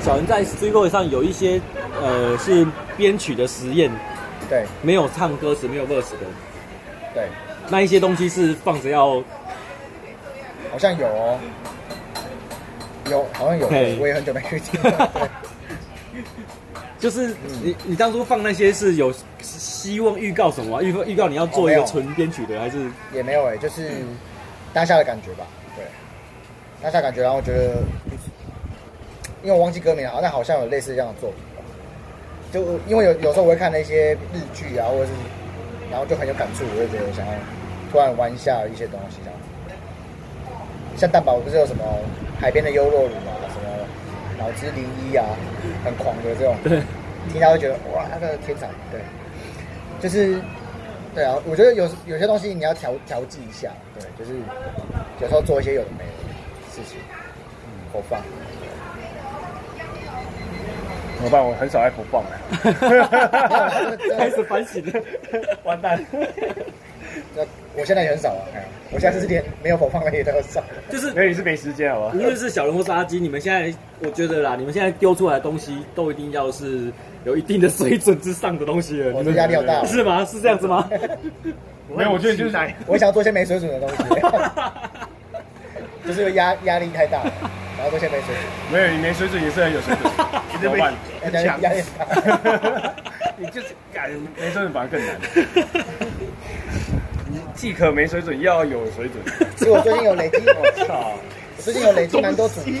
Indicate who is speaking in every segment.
Speaker 1: 小人在 s t r e e t o 上有一些呃是编曲的实验，
Speaker 2: 对
Speaker 1: 没有唱歌词，没有 verse 的
Speaker 2: 对，
Speaker 1: 那一些东西是放着要
Speaker 2: 好像有哦，有好像有，
Speaker 1: 嘿
Speaker 2: 我也很久没去听了。对
Speaker 1: 就是你你当初放那些是有希望预告什么啊、预告预告你要做一
Speaker 2: 哦没
Speaker 1: 个
Speaker 2: 有
Speaker 1: 纯编曲的，还 是
Speaker 2: 也没有哎、就是当下的感觉吧。对，当下感觉，然后我觉得，因为我忘记歌名了，但好像有类似这样的作品吧。就因为有有时候我会看那些日剧啊，或者是，然后就很有感触，我就觉得想要突然玩一下一些东西这样子。像蛋堡不是有什么海边的优酪乳啊，什么脑汁零一啊，很狂的这种，
Speaker 1: 对
Speaker 2: 听到会觉得哇，那个天才，对，就是对啊，我觉得有有些东西你要调调剂一下，对，就是有时候做一些有的没的事情，嗯，投放，
Speaker 3: 怎么办？我很少爱投 放哎，
Speaker 1: 开始反省了？
Speaker 3: 完蛋。
Speaker 2: 那我现在也很少啊，哎呀我现在是连没有投放的也都很少，
Speaker 1: 就是
Speaker 3: 没有，你是没时间好吧
Speaker 1: 无？论是小人或是阿基，你们现在我觉得啦，你们现在丢出来的东西都一定要是有一定的水准之上的东西了。
Speaker 2: 我
Speaker 1: 你
Speaker 2: 的
Speaker 1: 们
Speaker 2: 压力好大哦，
Speaker 1: 是吗？是这样子吗？
Speaker 3: 没有，我觉得就是
Speaker 2: 我想要做一些没水准的东西， 就是压压力太大了，然后做一些没水准。
Speaker 3: 没有，你没水准也是很有水 准，怎么办？
Speaker 2: 压力压力很大
Speaker 3: 你就是感没水准反而更难。你既可没水准，又要有水准。
Speaker 2: 所以我最近有累积，我
Speaker 3: 操！
Speaker 2: 最近有累积蛮多主题的。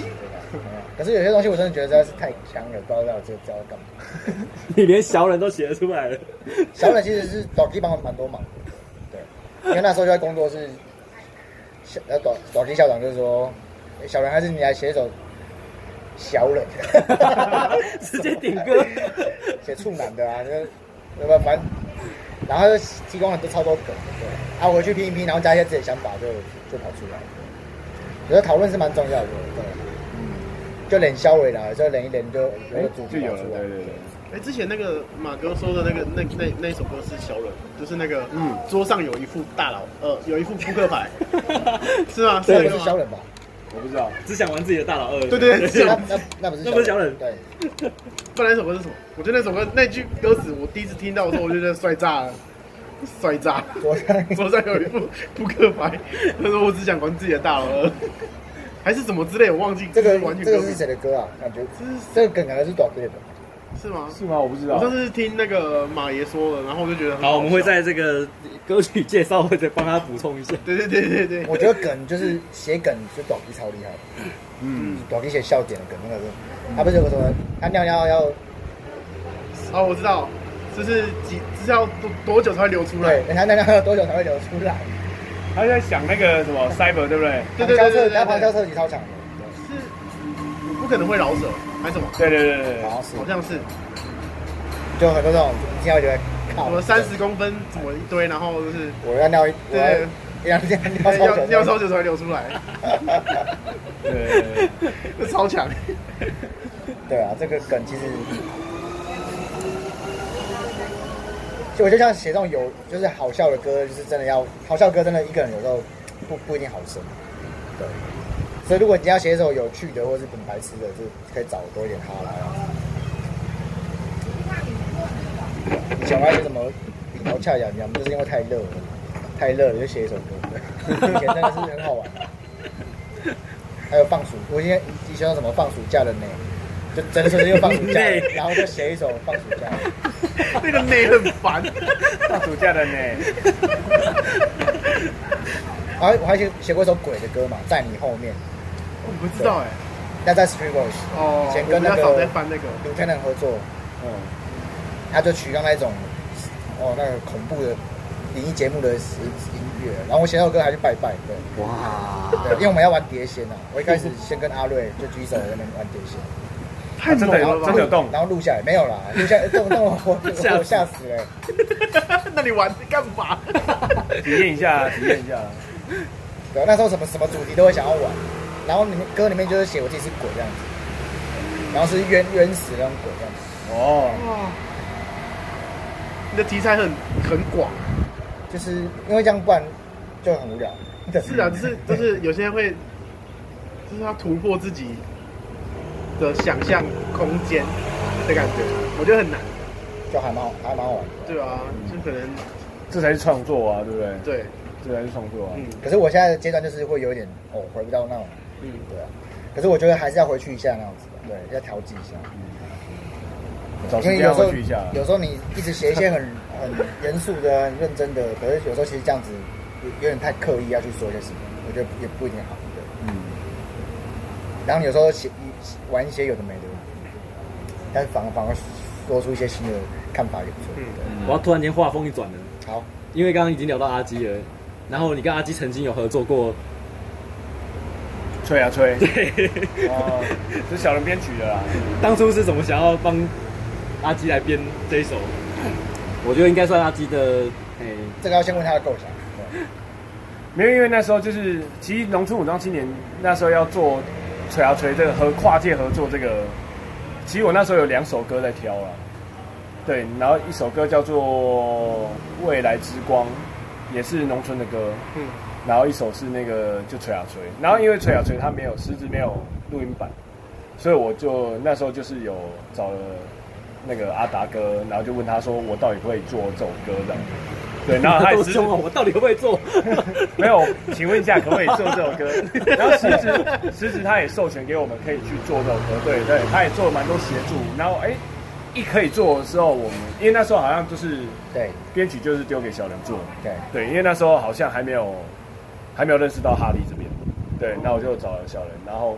Speaker 2: 可是有些东西我真的觉得实在是太强了，不知道这这要干嘛。
Speaker 1: 你连小人都写得出来了，
Speaker 2: 小冷其实是老弟帮我蛮多忙的，对，因为那时候就在工作室，小呃老老弟校长就说，诶小冷还是你来写一首小冷，
Speaker 1: 直接点歌。
Speaker 2: 写处男的啊，就是对吧？反正然后就提供很多超多梗，对，啊，我去拼一拼，然后加一些自己的想法就，就跑出来。我觉得讨论是蛮重要的，对，就冷消尾啦，就冷一冷就有个主
Speaker 3: 就
Speaker 2: 题
Speaker 3: 哎有
Speaker 2: 跑
Speaker 3: 了，
Speaker 2: 出来
Speaker 3: 对。对对。
Speaker 4: 哎、之前那个马哥说的那个那那那一首歌是小冷，就是那个
Speaker 3: 嗯
Speaker 4: 嗯，桌上有一副大佬，呃，有一副扑克牌，是吗？
Speaker 2: 对，我
Speaker 4: 那个
Speaker 2: 是
Speaker 4: 吗
Speaker 2: 小冷吧？
Speaker 3: 我不知道，
Speaker 1: 只想玩自己的大佬二。
Speaker 4: 对对对是
Speaker 2: 那
Speaker 4: 啊
Speaker 2: 那那不是
Speaker 1: 那不是小冷
Speaker 2: 对，
Speaker 4: 不然那首歌是什么？我觉得那首歌那句歌词，我第一次听到的时候，我就觉得帅炸了，帅炸！
Speaker 2: 桌上
Speaker 4: 桌上有一副扑克牌，他说我只想玩自己的大佬了，还是什么之类，我忘记
Speaker 2: 这个
Speaker 4: 完全
Speaker 2: 这个
Speaker 4: 歌
Speaker 2: 是
Speaker 4: 名
Speaker 2: 谁的歌啊？感觉
Speaker 4: 这是
Speaker 2: 这个梗感啊觉是短队的。
Speaker 4: 是吗？
Speaker 3: 是吗？我不知
Speaker 2: 啊
Speaker 3: 道
Speaker 4: 我。上次听那个马爷说了，然后我就觉得很
Speaker 1: 好，我们会
Speaker 4: 笑
Speaker 1: 在这个歌曲介绍会再帮他补充一下。
Speaker 4: 对对对对对，
Speaker 2: 我觉得梗就是写梗，就短弟超厉害的。
Speaker 3: 嗯，
Speaker 2: 短弟写笑点的梗，那个是，他不是有个什么，他尿尿要
Speaker 4: 哦，我知道，就是几是要多多久才会流出来
Speaker 2: 对？， 他尿尿要多久才会流出来？
Speaker 3: 他在想那个什么 cyber 对不对？
Speaker 4: 对
Speaker 2: 旁
Speaker 4: 对
Speaker 2: 敲
Speaker 4: 对
Speaker 2: 侧
Speaker 4: 对
Speaker 2: 他旁敲
Speaker 4: 对，
Speaker 2: 侧击超强的，
Speaker 4: 是不可能会老手，还是什么？
Speaker 3: 对对对对
Speaker 2: 对好像是
Speaker 4: 好，像是
Speaker 2: 就很多这种，你听到觉得靠，
Speaker 4: 什么三十，公分怎么一堆，然后就是
Speaker 2: 我要尿一，我要
Speaker 4: 对
Speaker 2: 要尿尿超
Speaker 4: 要
Speaker 2: 久，
Speaker 4: 要超久才会流出来，
Speaker 3: 对对对对。
Speaker 4: 这超强。
Speaker 2: 对啊，这个梗其实，就我就像写这种有就是好笑的歌，就是真的要好笑歌，真的一个人有时候不不一定好生。对，所以如果你要写一首有趣的或是很白痴的，就可以找多一点哈来啊。以前我还写什么然后恰痒痒，就是因为太热了，太热了就写一首歌。对以前真的是很好玩。还有放暑，我以前以前有什么放暑假的呢？就真的是又放暑假了，然后就写一首放暑假。
Speaker 4: 那个内很 烦，
Speaker 3: 放暑假的呢？
Speaker 2: 然后我还写写过一首鬼的歌嘛，在你后面，
Speaker 4: 我不知道哎。
Speaker 2: 那在 Street Boys
Speaker 4: 哦，
Speaker 2: 以前
Speaker 4: 我
Speaker 2: 跟
Speaker 4: 比
Speaker 2: 那个
Speaker 4: 较少在翻哦那个。
Speaker 2: 刘天能合作，
Speaker 3: 嗯，
Speaker 2: 他就取到那种哦那个恐怖的灵异节目的音乐，然后我写那首歌还去拜拜，对。
Speaker 1: 哇，
Speaker 2: 对，因为我们要玩碟仙啊，我一开始先跟阿瑞就举手在那边玩碟仙，啊
Speaker 4: 太
Speaker 3: 真
Speaker 4: 猛
Speaker 3: 的
Speaker 4: 了
Speaker 3: 有真的有
Speaker 4: 吧！
Speaker 3: 动，
Speaker 2: 然后录下来没有啦，录下来动动我我
Speaker 1: 吓死
Speaker 2: 我吓死了、
Speaker 4: 那你玩干 嘛？
Speaker 3: 体验一下，体验一下。
Speaker 2: 对，那时候什么什么主题都会想要玩，然后你们歌里面就是写我自己是鬼这样子，然后是冤冤死那种鬼这样子，
Speaker 3: 哦，
Speaker 4: 哇，你的题材很很广。
Speaker 2: 就是因为这样不然就很无聊。
Speaker 4: 啊是啊，就是就是有些人会，就是要突破自己的想象空间的感觉，我觉得很难，
Speaker 2: 就还蛮好，还蛮好玩的。
Speaker 4: 对啊，就可能
Speaker 3: 这才是创作啊，对不对？
Speaker 4: 对，
Speaker 3: 这才是创作啊。
Speaker 4: 嗯
Speaker 2: 可是我现在的阶段就是会有一点哦，回不到那种，
Speaker 4: 嗯，
Speaker 2: 对啊。可是我觉得还是要回去一下那样子的，对，要调剂一下。
Speaker 3: 嗯找
Speaker 2: 因
Speaker 3: 时
Speaker 2: 为
Speaker 3: 间
Speaker 2: 有
Speaker 3: 要
Speaker 2: 时
Speaker 3: 回
Speaker 2: 候
Speaker 3: 去一下。
Speaker 2: 有时候你一直写一些很 很严肃的、很认真的，可是有时候其实这样子有有点太刻意要去说一些什么，我觉得也不一定好。对，
Speaker 3: 嗯，
Speaker 2: 然后有时候写一玩一些有的没的，但反反而说出一些新的看法也不错。
Speaker 4: 嗯
Speaker 2: 对，
Speaker 1: 我要突然间话锋一转了，
Speaker 2: 好，
Speaker 1: 因为刚刚已经聊到阿基了，然后你跟阿基曾经有合作过，
Speaker 3: 吹啊吹，
Speaker 1: 对，
Speaker 3: 哦，这是小人编曲的啦。
Speaker 1: 当初是怎么想要帮阿基来编这一首？我觉得应该算阿基的，哎、
Speaker 2: 这个要先问他的构想。对
Speaker 3: 没有，因为那时候就是，其实农村武装青年那时候要做吹啊吹这个和跨界合作这个，其实我那时候有两首歌在挑了，对，然后一首歌叫做《未来之光》，也是农村的歌，
Speaker 4: 嗯
Speaker 3: 然后一首是那个就吹啊吹，然后因为吹啊吹它没有狮子没有录音版，所以我就那时候就是有找了那个阿达哥，然后就问他说我到底会做这首歌这样，对， 然后他也
Speaker 1: 多
Speaker 3: 只
Speaker 1: 凶哦！我到底会不会做？
Speaker 3: 没有，请问一下可不可以做这首歌？然后实质实质他也授权给我们可以去做这首歌，对对，他也做了蛮多协助。然后哎，一可以做的时候，我们因为那时候好像就是
Speaker 2: 对
Speaker 3: 编曲就是丢给小梁做，
Speaker 2: 对，
Speaker 3: 对，因为那时候好像还没有还没有认识到哈利这边，对，那我就找了小人，然后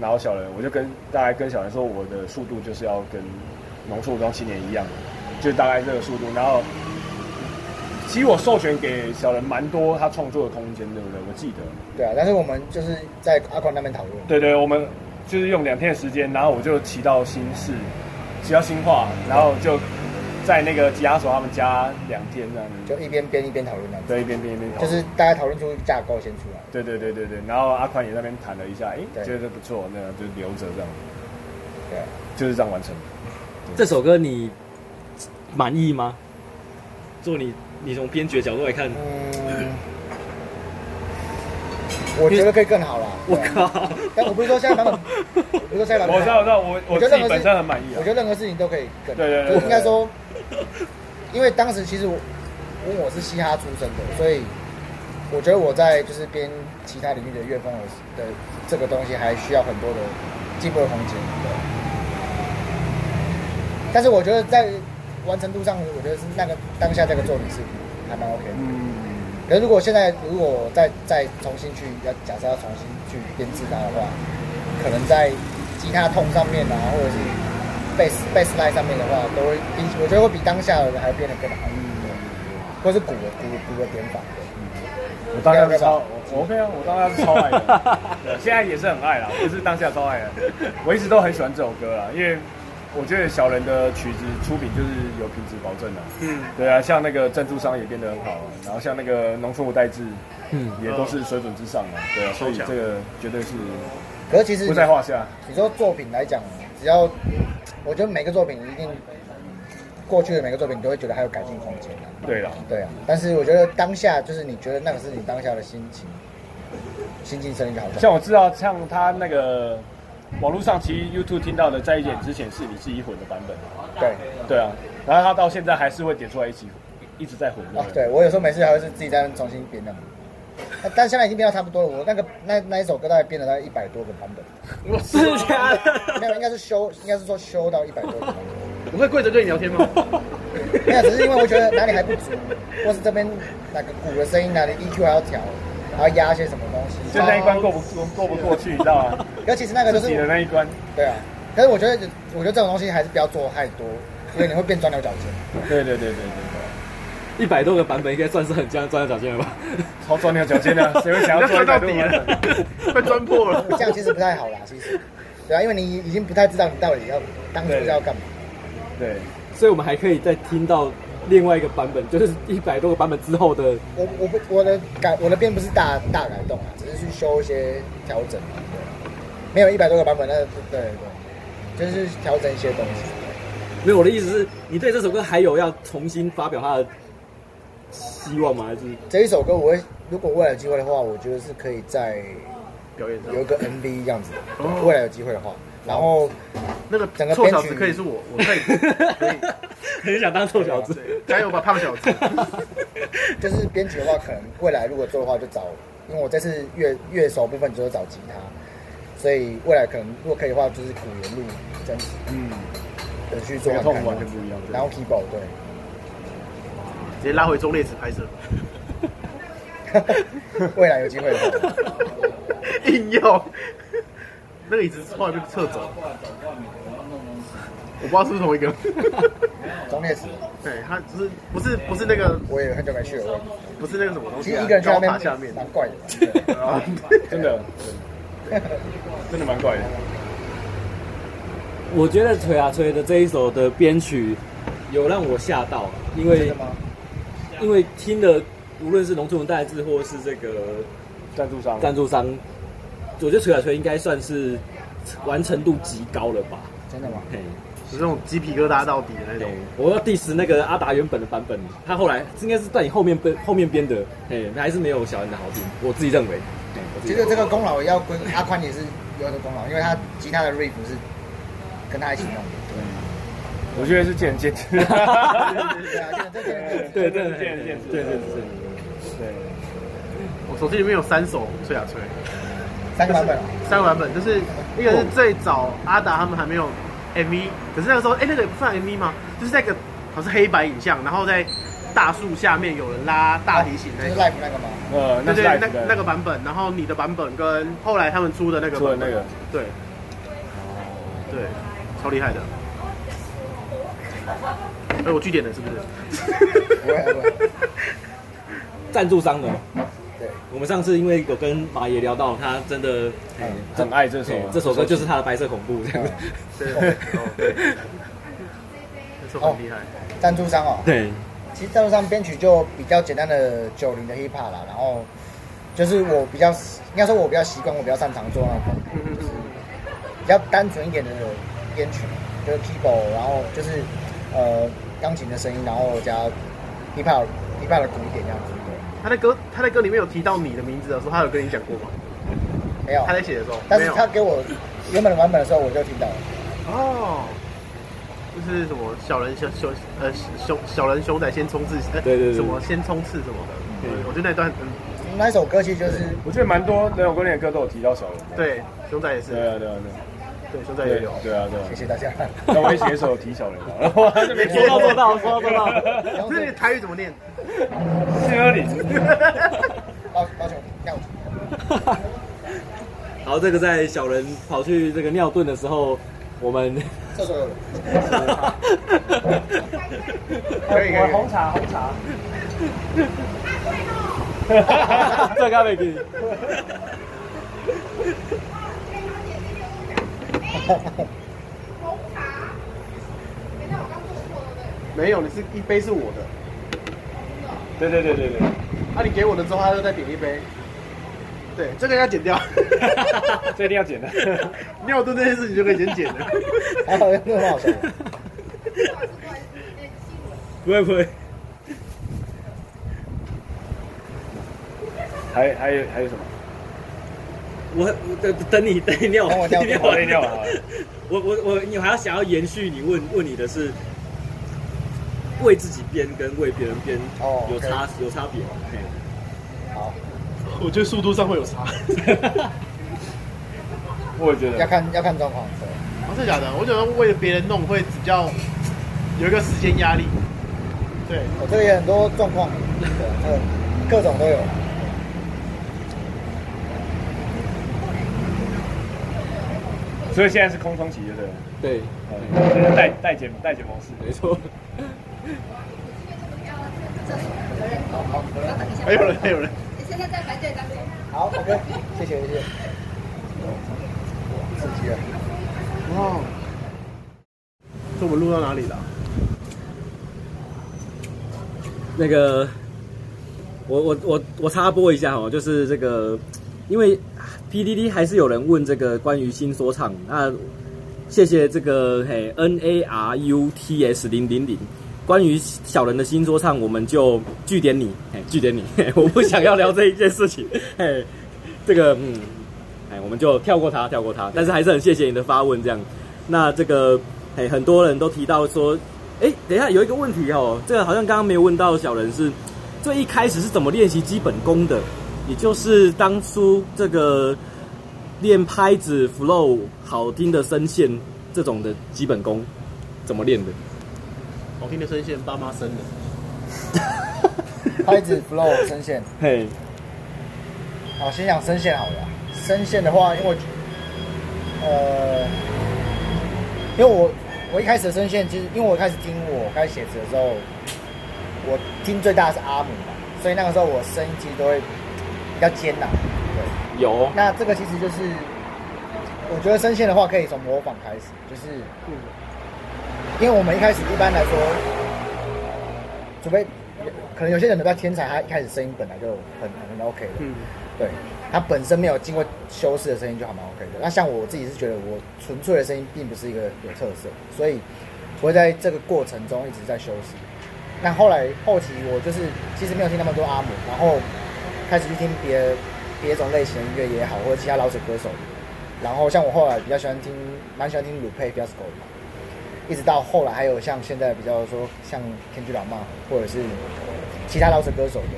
Speaker 3: 然后小人我就跟大概跟小人说，我的速度就是要跟农村武装青年一样，就大概这个速度，然后其实我授权给小人蛮多他创作的空间，对不对？我记得，
Speaker 2: 对啊！但是我们就是在阿宽那边讨论。
Speaker 3: 对对，我们就是用两天的时间，然后我就骑到新市，骑到新化，然后就在那个吉阿手他们家两天这样子，
Speaker 2: 就一边编一边讨论那样子，
Speaker 3: 对，一边边一边跑
Speaker 2: 就是大家讨论出架构先出来。
Speaker 3: 对对对对对，然后阿宽也在那边谈了一下，哎、
Speaker 2: 对
Speaker 3: 觉得不错，那就留着这样，
Speaker 2: 对啊，
Speaker 3: 就是这样完成。
Speaker 1: 这首歌你满意吗？做你你从编曲的角度来看，
Speaker 2: 嗯，我觉得可以更好啦。
Speaker 1: 我
Speaker 2: 对 啊
Speaker 1: 靠！
Speaker 2: 但我不是说现在版本，我不是说现在版本，
Speaker 3: 我知道，我知道，我
Speaker 2: 我
Speaker 3: 我
Speaker 2: 觉
Speaker 3: 自
Speaker 2: 得
Speaker 3: 己本身很满意啊
Speaker 2: 我觉。得任何事情都可以更好。
Speaker 3: 对对对对
Speaker 2: 就应该说，因为当时其实我，因为我是嘻哈出身的，所以我觉得我在就是编其他领域的乐风的这个东西，还需要很多的进步的空间。对。但是我觉得在完成度上，我觉得是那个当下这个作品是还蛮 OK 的。
Speaker 3: 嗯，
Speaker 2: 可是如果现在如果我再再重新去要假设要重新去编制它的话，可能在吉他痛上面啊，或者是贝斯贝斯 line 上面的话，都会比我觉得会比当下的还要变得更好，或是鼓的鼓鼓的编法。对
Speaker 3: 我当下是
Speaker 2: 要
Speaker 3: 超，
Speaker 2: 不
Speaker 3: 我我 OK 啊，我当下是超爱 的，对现在也是很爱啦，不是当下超爱的。我一直都很喜欢这首歌啦，因为我觉得小人的曲子出品就是有品质保证的、
Speaker 4: 嗯，
Speaker 3: 对啊，像那个赞助商也变得很好啊，然后像那个农村无代志
Speaker 1: 嗯，
Speaker 3: 也都是水准之上啊，对啊，所以这个绝对是
Speaker 2: 可是其实
Speaker 3: 不在话下。
Speaker 2: 你说作品来讲，只要我觉得每个作品一定过去的每个作品，你都会觉得还有改进空间的。
Speaker 3: 对啦，
Speaker 2: 对啊，但是我觉得当下就是你觉得那个是你当下的心情，心境声音就好像
Speaker 3: 像我知道，像他那个网络上其实 YouTube 听到的，在一点之前是你自己混的版本，
Speaker 2: 对。
Speaker 3: 对啊，然后他到现在还是会点出来一起一直在混，
Speaker 2: 哦，对，我有时候没事还会是自己在那边重新编的。但但现在已经编到差不多了，我那个那那一首歌大概编了大概一百多个版本，
Speaker 4: 我
Speaker 1: 是假
Speaker 2: 没
Speaker 1: 的。
Speaker 2: 有，应该是修，应该是说修到一百多个版本。
Speaker 4: 我会跪着跟你聊天吗？
Speaker 2: 没有，只是因为我觉得哪里还不足，或是这边哪个鼓的声音哪里 EQ 还要调，还要压些什么东西。
Speaker 3: 就那一关过不过过不过去，你知道 吗？
Speaker 2: 尤其是那个就
Speaker 3: 自己的
Speaker 2: 是
Speaker 3: 那一关，
Speaker 2: 对啊，但是我觉得我觉得这种东西还是不要做太多，因为你会变钻牛角尖。
Speaker 3: 对对对对对对，
Speaker 1: 一百多个版本应该算是很这样钻牛角尖了吧？
Speaker 3: 超钻牛角尖的， 谁会想要做一百多版本？
Speaker 4: 被钻破了，
Speaker 2: 这样其实不太好啦，其实，对啊，因为你已经不太知道你到底要当初是要干嘛。
Speaker 3: 对，
Speaker 1: 所以我们还可以再听到另外一个版本，就是一百多个版本之后的。
Speaker 2: 我我不我的改我的编不是大大改动啊，只是去修一些调整啊，对，没有一百多个版本，那是对对，就是调整一些东西。
Speaker 1: 没有，我的意思是，你对这首歌还有要重新发表它的希望吗？还是
Speaker 2: 这一首歌我会，如果未来有机会的话，我觉得是可以在
Speaker 4: 表演上
Speaker 2: 有一个 MV 这样子的，
Speaker 4: 哦
Speaker 2: 未来有机会的话，然后
Speaker 4: 那个
Speaker 2: 整个
Speaker 4: 臭
Speaker 2: 编
Speaker 4: 小
Speaker 2: 曲
Speaker 4: 子可以是我，我可以可 以，
Speaker 1: 很想当臭小子。
Speaker 4: 对，加油吧，胖小子。
Speaker 2: 就是编曲的话，可能未来如果做的话，就找，因为我这次乐乐手部分就是找吉他，所以未来可能如果可以的话，就是古原路真
Speaker 3: 嗯，
Speaker 2: 的去做看
Speaker 3: 这个
Speaker 2: 看
Speaker 3: 痛完全不一样对
Speaker 2: 然后 keyboard 对，
Speaker 4: 直接拉回中列子拍摄，
Speaker 2: 未来有机会的话。
Speaker 4: 硬要那个椅子后来被撤走，我不知道是不是同一个。
Speaker 2: 中烈时
Speaker 4: 对他就是不是不是那个
Speaker 2: 我也很久没去了，我
Speaker 4: 不是那个什么东
Speaker 2: 其
Speaker 4: 西、
Speaker 2: 实
Speaker 4: 啊，
Speaker 2: 一个人去
Speaker 4: 高
Speaker 2: 那
Speaker 4: 塔下面
Speaker 2: 边蛮嗯怪的。
Speaker 4: 啊，
Speaker 3: 真的，真的蛮怪的。
Speaker 1: 我觉得锤啊锤的这一首的编曲有让我吓到，因
Speaker 2: 真
Speaker 1: 为
Speaker 2: 的吗？
Speaker 1: 因为听了无论是农村文代志或是这个
Speaker 3: 赞助商，
Speaker 1: 赞助商，我觉得锤啊锤应该算是完成度极高了吧。
Speaker 2: 真的吗？
Speaker 1: 嘿，
Speaker 4: 就是那种鸡皮疙瘩到底的那
Speaker 1: 对
Speaker 4: 种。，
Speaker 1: 我要 diss 那个阿达原本的版本，他后来应该是在你后面编后面编的，嘿，还是没有小恩的好听，我自己认为。嘿我自
Speaker 2: 其
Speaker 1: 己
Speaker 2: 实
Speaker 1: 认为
Speaker 2: 这个功劳也要归阿宽也是有的功劳，因为他吉他的 riff 是跟他一起弄的。
Speaker 3: 我觉得是见仁见智。
Speaker 2: 对啊，这个这个
Speaker 1: 对对对
Speaker 3: 见仁见智，
Speaker 1: 对对对
Speaker 3: 对对。
Speaker 4: 我手机里面有三首吹啊吹，
Speaker 2: 三个版本啊，
Speaker 4: 三个版本，就是一个是最早阿达他们还没有 MV，可是那个时候哎、那个也不算 MV 吗？就是那个好像是黑白影像，然后在大树下面有人拉大提琴那
Speaker 2: 就是
Speaker 4: 个。
Speaker 2: live 那个吗？
Speaker 3: 呃，那是
Speaker 4: 对对，
Speaker 3: live
Speaker 4: 那
Speaker 3: 的
Speaker 4: 那个版本，然后你的版本跟后来他们出的那个
Speaker 3: 出的那
Speaker 4: 版本，
Speaker 3: 个，
Speaker 4: 对，对，超厉害的。哎、我据点了是不是？
Speaker 2: 不会不会
Speaker 1: 赞助商的，
Speaker 2: 对，
Speaker 1: 我们上次因为有跟马爷聊到，他真的嘿
Speaker 3: 很爱这首啊
Speaker 1: 嘿这首歌就是他的白色恐怖这样子。
Speaker 4: 对，哦对，那时候很厉害。
Speaker 2: 赞助商哦。
Speaker 1: 对，
Speaker 2: 其实赞助商编曲就比较简单的九零的 hip hop 啦，然后就是我比较应该说我比较习惯，我比较擅长做那种比较单纯一点的编曲，就是 keyboard，然后就是呃钢琴的声音，然后加 hip hop hip hop 的鼓点这样子。对，
Speaker 4: 他在歌他在歌里面有提到你的名字的时候，他有跟你讲过吗？
Speaker 2: 没有
Speaker 4: 他，在写的时候
Speaker 2: 哦但
Speaker 4: 没
Speaker 2: 是
Speaker 4: 有
Speaker 2: 他给我原本的版本的时候，我就听到了。
Speaker 4: 哦，就是什么小人小小呃熊小人熊仔先冲刺，呃
Speaker 1: 对对对
Speaker 4: 什么先冲刺什么的。
Speaker 1: 嗯
Speaker 4: 我我觉得那段嗯，
Speaker 2: 那一首歌其实就是
Speaker 3: 我觉得蛮多人有关联的歌都有提到小人。
Speaker 4: 对，熊仔也是，
Speaker 3: 对啊，对啊，
Speaker 4: 对，熊仔
Speaker 3: 对，
Speaker 4: 也
Speaker 3: 对
Speaker 4: 有
Speaker 3: 啊，。对啊，对啊
Speaker 2: 谢。谢大家。
Speaker 3: 那我也写一首提小人好了，我还是没
Speaker 1: 说到做到，说到做到。
Speaker 2: 然后
Speaker 4: 这个台语怎么念？
Speaker 3: 谢谢你。
Speaker 2: 抱抱歉，跳舞。
Speaker 1: 然后这个在小人跑去这个尿遁的时候，我们
Speaker 2: 厕所有人。
Speaker 4: 可以可以可以。
Speaker 3: 茶，红茶。
Speaker 1: 这咖啡给
Speaker 4: 没有，你是一杯是我的，
Speaker 3: 对对对对对。
Speaker 4: 啊，你给我的之后，他就再点一杯。对，这个要剪掉。
Speaker 3: 这一定要剪的。
Speaker 4: 尿遁这件事情就可以先剪了。哦
Speaker 2: 还好，那很好笑。
Speaker 1: 不会不会，
Speaker 3: 还还有还有什么？
Speaker 1: 我我等等你等你尿，
Speaker 2: 等我尿
Speaker 1: 你
Speaker 3: 我等你尿好了
Speaker 1: 我我我，你还要想要延续你问问你的是，为自己编跟为别人编
Speaker 2: 哦
Speaker 1: 有
Speaker 2: OK
Speaker 1: 差有差别吗。嘿
Speaker 2: 好，
Speaker 4: 我觉得速度上会有差。
Speaker 3: 我也觉
Speaker 2: 要
Speaker 3: 得。
Speaker 2: 看要看状况。对
Speaker 4: 哦，真的假的？我觉得为了别人弄会比较有一个时间压力。对，
Speaker 2: 我这里很多状况，对，呃各种都有。
Speaker 3: 所以现在是空窗期，对不对了？
Speaker 1: 对，
Speaker 3: 嗯现在代代剪代剪模式。
Speaker 1: 没错。
Speaker 2: 好好，
Speaker 4: 还哎有人，还有人，
Speaker 5: 你现在在排队当中。
Speaker 2: 好，OK，谢谢，谢谢。刺激了，
Speaker 4: 哇！这我们录到哪里了？
Speaker 1: 那个，我我我我插播一下哦，就是这个，因为 PDD 还是有人问这个关于新说唱，那谢谢这个嘿 N A R U T S 零零零。关于小人的新说唱，我们就据点你，哎，据点你，嘿我不想要聊这一件事情，哎，这个，嗯，哎，我们就跳过他，跳过他。但是还是很谢谢你的发问，这样。那这个，哎，很多人都提到说，哎，等一下有一个问题哦，这个好像刚刚没有问到小人是，最一开始是怎么练习基本功的？也就是当初这个练拍子、flow、好听的声线这种的基本功，怎么练的？
Speaker 4: 好听的声线，爸妈生的。
Speaker 2: 拍子 flow 声线，
Speaker 1: 嘿，
Speaker 2: 好，先讲声线好了。声线的话，因为我呃，因为我我一开始的声线，其实因为我一开始听我开始写词的时候，我听最大的是阿姆嘛，所以那个时候我声音其实都会比较尖呐。对，
Speaker 1: 有
Speaker 2: 那这个其实就是，我觉得声线的话，可以从模仿开始，就是因为我们一开始一般来说，除非可能有些人比较天才，他一开始声音本来就很很 OK 的，
Speaker 4: 嗯，
Speaker 2: 对，他本身没有经过修饰的声音就还蛮 OK 的。那像我自己是觉得我纯粹的声音并不是一个有特色，所以我会在这个过程中一直在修饰。那后来后期我就是其实没有听那么多阿姆，然后开始去听别别种类型的音乐也好，或者其他老手歌手。然后像我后来比较喜欢听，蛮喜欢听鲁佩、比 i a s c o 的嘛，一直到后来还有像现在比较说像天居老妈或者是其他老手歌手的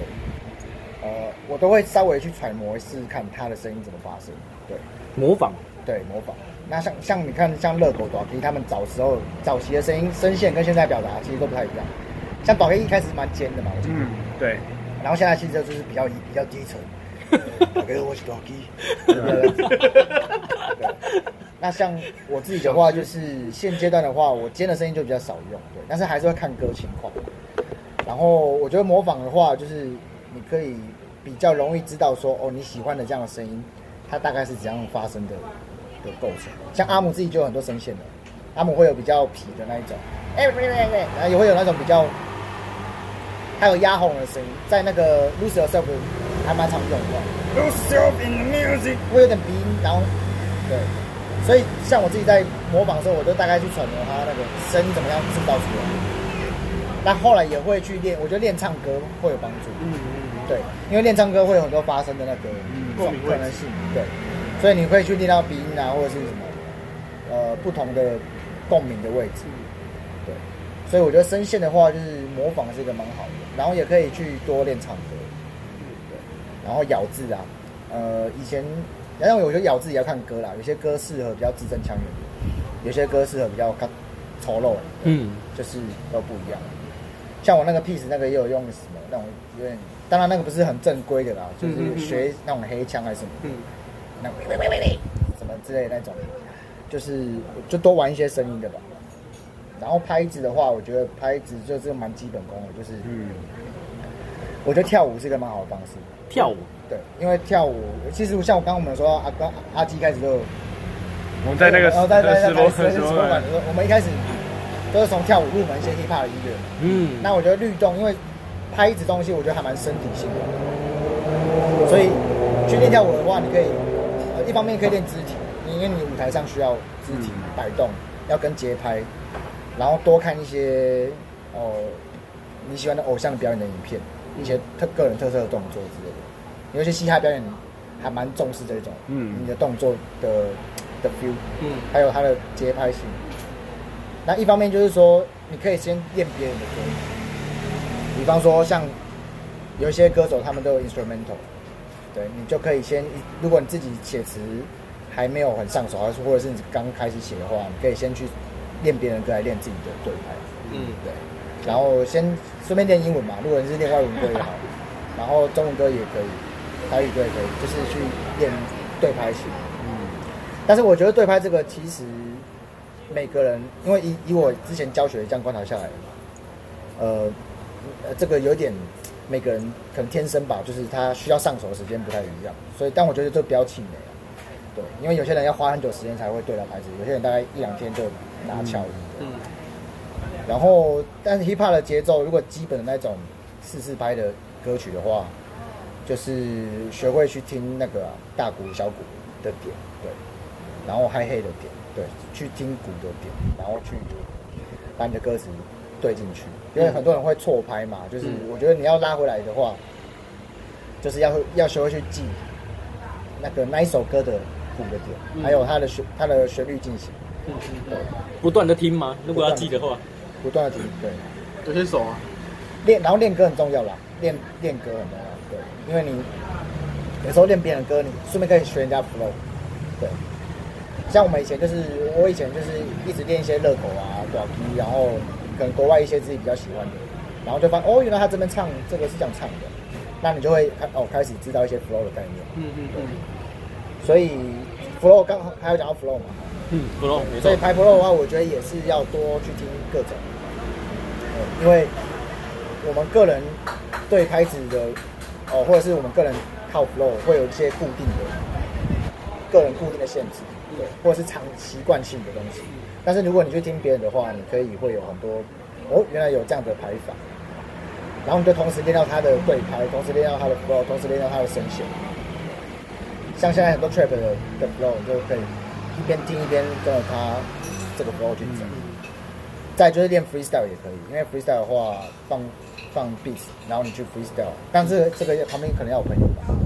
Speaker 2: 呃，我都会稍微去揣摩试试看他的声音怎么发声，对
Speaker 1: 模仿，
Speaker 2: 对，模仿。那像像你看，像热狗、短 K 他们早时候早期的声音声线跟现在表达其实都不太一样。像短 K 一开始是蛮尖的嘛，我记得
Speaker 3: 嗯，对，
Speaker 2: 然后现在其实就是比较比较低沉。大哥，我是短 K。那像我自己的话，就是现阶段的话，我尖的声音就比较少用，对，但是还是会看歌情况。然后我觉得模仿的话，就是你可以比较容易知道说，哦，你喜欢的这样的声音，它大概是怎样发生的的构成。像阿姆自己就有很多声线的，阿姆会有比较痞的那一种，哎、不对不对不对，然后也会有那种比较，还有压红的声音，在那个 Lose Yourself 还蛮常用的。Lose Yourself in the music，会有点鼻音，然后对，所以像我自己在模仿的时候，我就大概去揣摩他那个声音怎么样制造出来。那后来也会去练，我觉得练唱歌会有帮助。
Speaker 4: 嗯嗯
Speaker 2: 对，因为练唱歌会有很多发声的那个
Speaker 4: 过敏位置
Speaker 2: 可能性，对，所以你会去练到鼻音啊，或者是什么呃不同的共鸣的位置，
Speaker 4: 嗯
Speaker 2: 对，所以我觉得声线的话，就是模仿是一个蛮好的，然后也可以去多练唱歌，对，然后咬字啊，呃，以前然后我觉得咬字也要看歌啦，有些歌适合比较字正腔圆的，有些歌适合比较干丑陋的，对
Speaker 1: 嗯，
Speaker 2: 就是都不一样。像我那个 piece 那个也有用什么那种有点，当然那个不是很正规的啦，就
Speaker 4: 嗯嗯
Speaker 2: 是
Speaker 4: 嗯
Speaker 2: 学那种黑枪还是什么，
Speaker 4: 嗯，
Speaker 2: 那种喂喂喂喂什么之类的那种，就是就多玩一些声音的吧。然后拍子的话，我觉得拍子就是蛮基本功的，就是
Speaker 3: 嗯，
Speaker 2: 我觉得跳舞是一个蛮好的方式。
Speaker 1: 跳舞，
Speaker 2: 对，因为跳舞其实像我刚刚我们说阿刚阿基开始就
Speaker 3: 我们在那个
Speaker 2: 然后在在在
Speaker 3: 直播
Speaker 2: 在
Speaker 3: 直
Speaker 2: 直
Speaker 3: 播
Speaker 2: 播
Speaker 3: 馆
Speaker 2: 馆的时候，我们一开始都是从跳舞入门一些 hip hop 的音乐。
Speaker 1: 嗯，
Speaker 2: 那我觉得律动，因为拍一支东西，我觉得还蛮身体性的，所以去练跳舞的话，你可以呃一方面可以练肢体，因为你舞台上需要肢体
Speaker 3: 嗯
Speaker 2: 摆动，要跟节拍，然后多看一些哦、你喜欢的偶像表演的影片，
Speaker 3: 嗯
Speaker 2: 一些特个人特色的动作之类的，有一些嘻哈表演还蛮重视这种，
Speaker 3: 嗯
Speaker 2: 你的动作的的 feel，
Speaker 4: 嗯，
Speaker 2: 还有它的节拍性。那一方面就是说，你可以先练别人的歌，比方说像有一些歌手他们都有 instrumental，对你就可以先，如果你自己写词还没有很上手，还是或者是你刚开始写的话，你可以先去练别人的歌来练自己的对拍，
Speaker 4: 嗯
Speaker 2: 对，然后先顺便练英文嘛，如果你是练外文歌也好，然后中文歌也可以，台语歌也可以，就是去练对拍型。但是我觉得对拍这个其实每个人，因为以以我之前教学这样观察下来，呃，呃这个有点每个人可能天生吧，就是他需要上手的时间不太一样，所以但我觉得这不要气馁啊，对，因为有些人要花很久时间才会对到拍子，有些人大概一两天就拿翘了。
Speaker 4: 嗯
Speaker 2: 然后，但是 hiphop 的节奏，如果基本的那种四四拍的歌曲的话，就是学会去听那个啊、大鼓、小鼓的点，对，然后嗨嘿的点，对，去听鼓的点，然后去把你的歌词对进去，因为很多人会错拍嘛，就是
Speaker 4: 嗯
Speaker 2: 我觉得你要拉回来的话，就是要会要学会去记那个那一首歌的鼓的点，还有它的旋它的旋律进行，
Speaker 1: 不断的听吗？如果要记的话，
Speaker 2: 不断的听，对，
Speaker 4: 有些手啊，
Speaker 2: 练然后练歌很重要啦，练练歌很重要，对，因为你有时候练别人的歌，你顺便可以学人家 flow，对。像我们以前就是，我以前就是一直练一些热狗啊、短皮，然后可能国外一些自己比较喜欢的，然后就发现哦，原来他这边唱这个是这样唱的，那你就会开哦开始知道一些 flow 的概念。
Speaker 4: 嗯嗯嗯，
Speaker 2: 所以 flow 刚好还有讲到 flow 嘛，
Speaker 1: 嗯，不弄，没错
Speaker 2: 所以，拍 flow 的话，我觉得也是要多去听各种，呃因为我们个人对拍子的哦，或者是我们个人靠 flow 会有一些固定的个人固定的限制，对，或者是长习惯性的东西。但是如果你去听别人的话，你可以会有很多哦，原来有这样的排法，然后你就同时练到他的对拍，同时练到他的 flow，同时练到他的声线。像现在很多 trap 的的 flow，你就可以一边听一边跟着他这个 flow 去走。再就是练 freestyle 也可以，因为 freestyle 的话放放 beat，然后你去 freestyle，但是这个旁边可能要有朋友吧。对
Speaker 1: 朋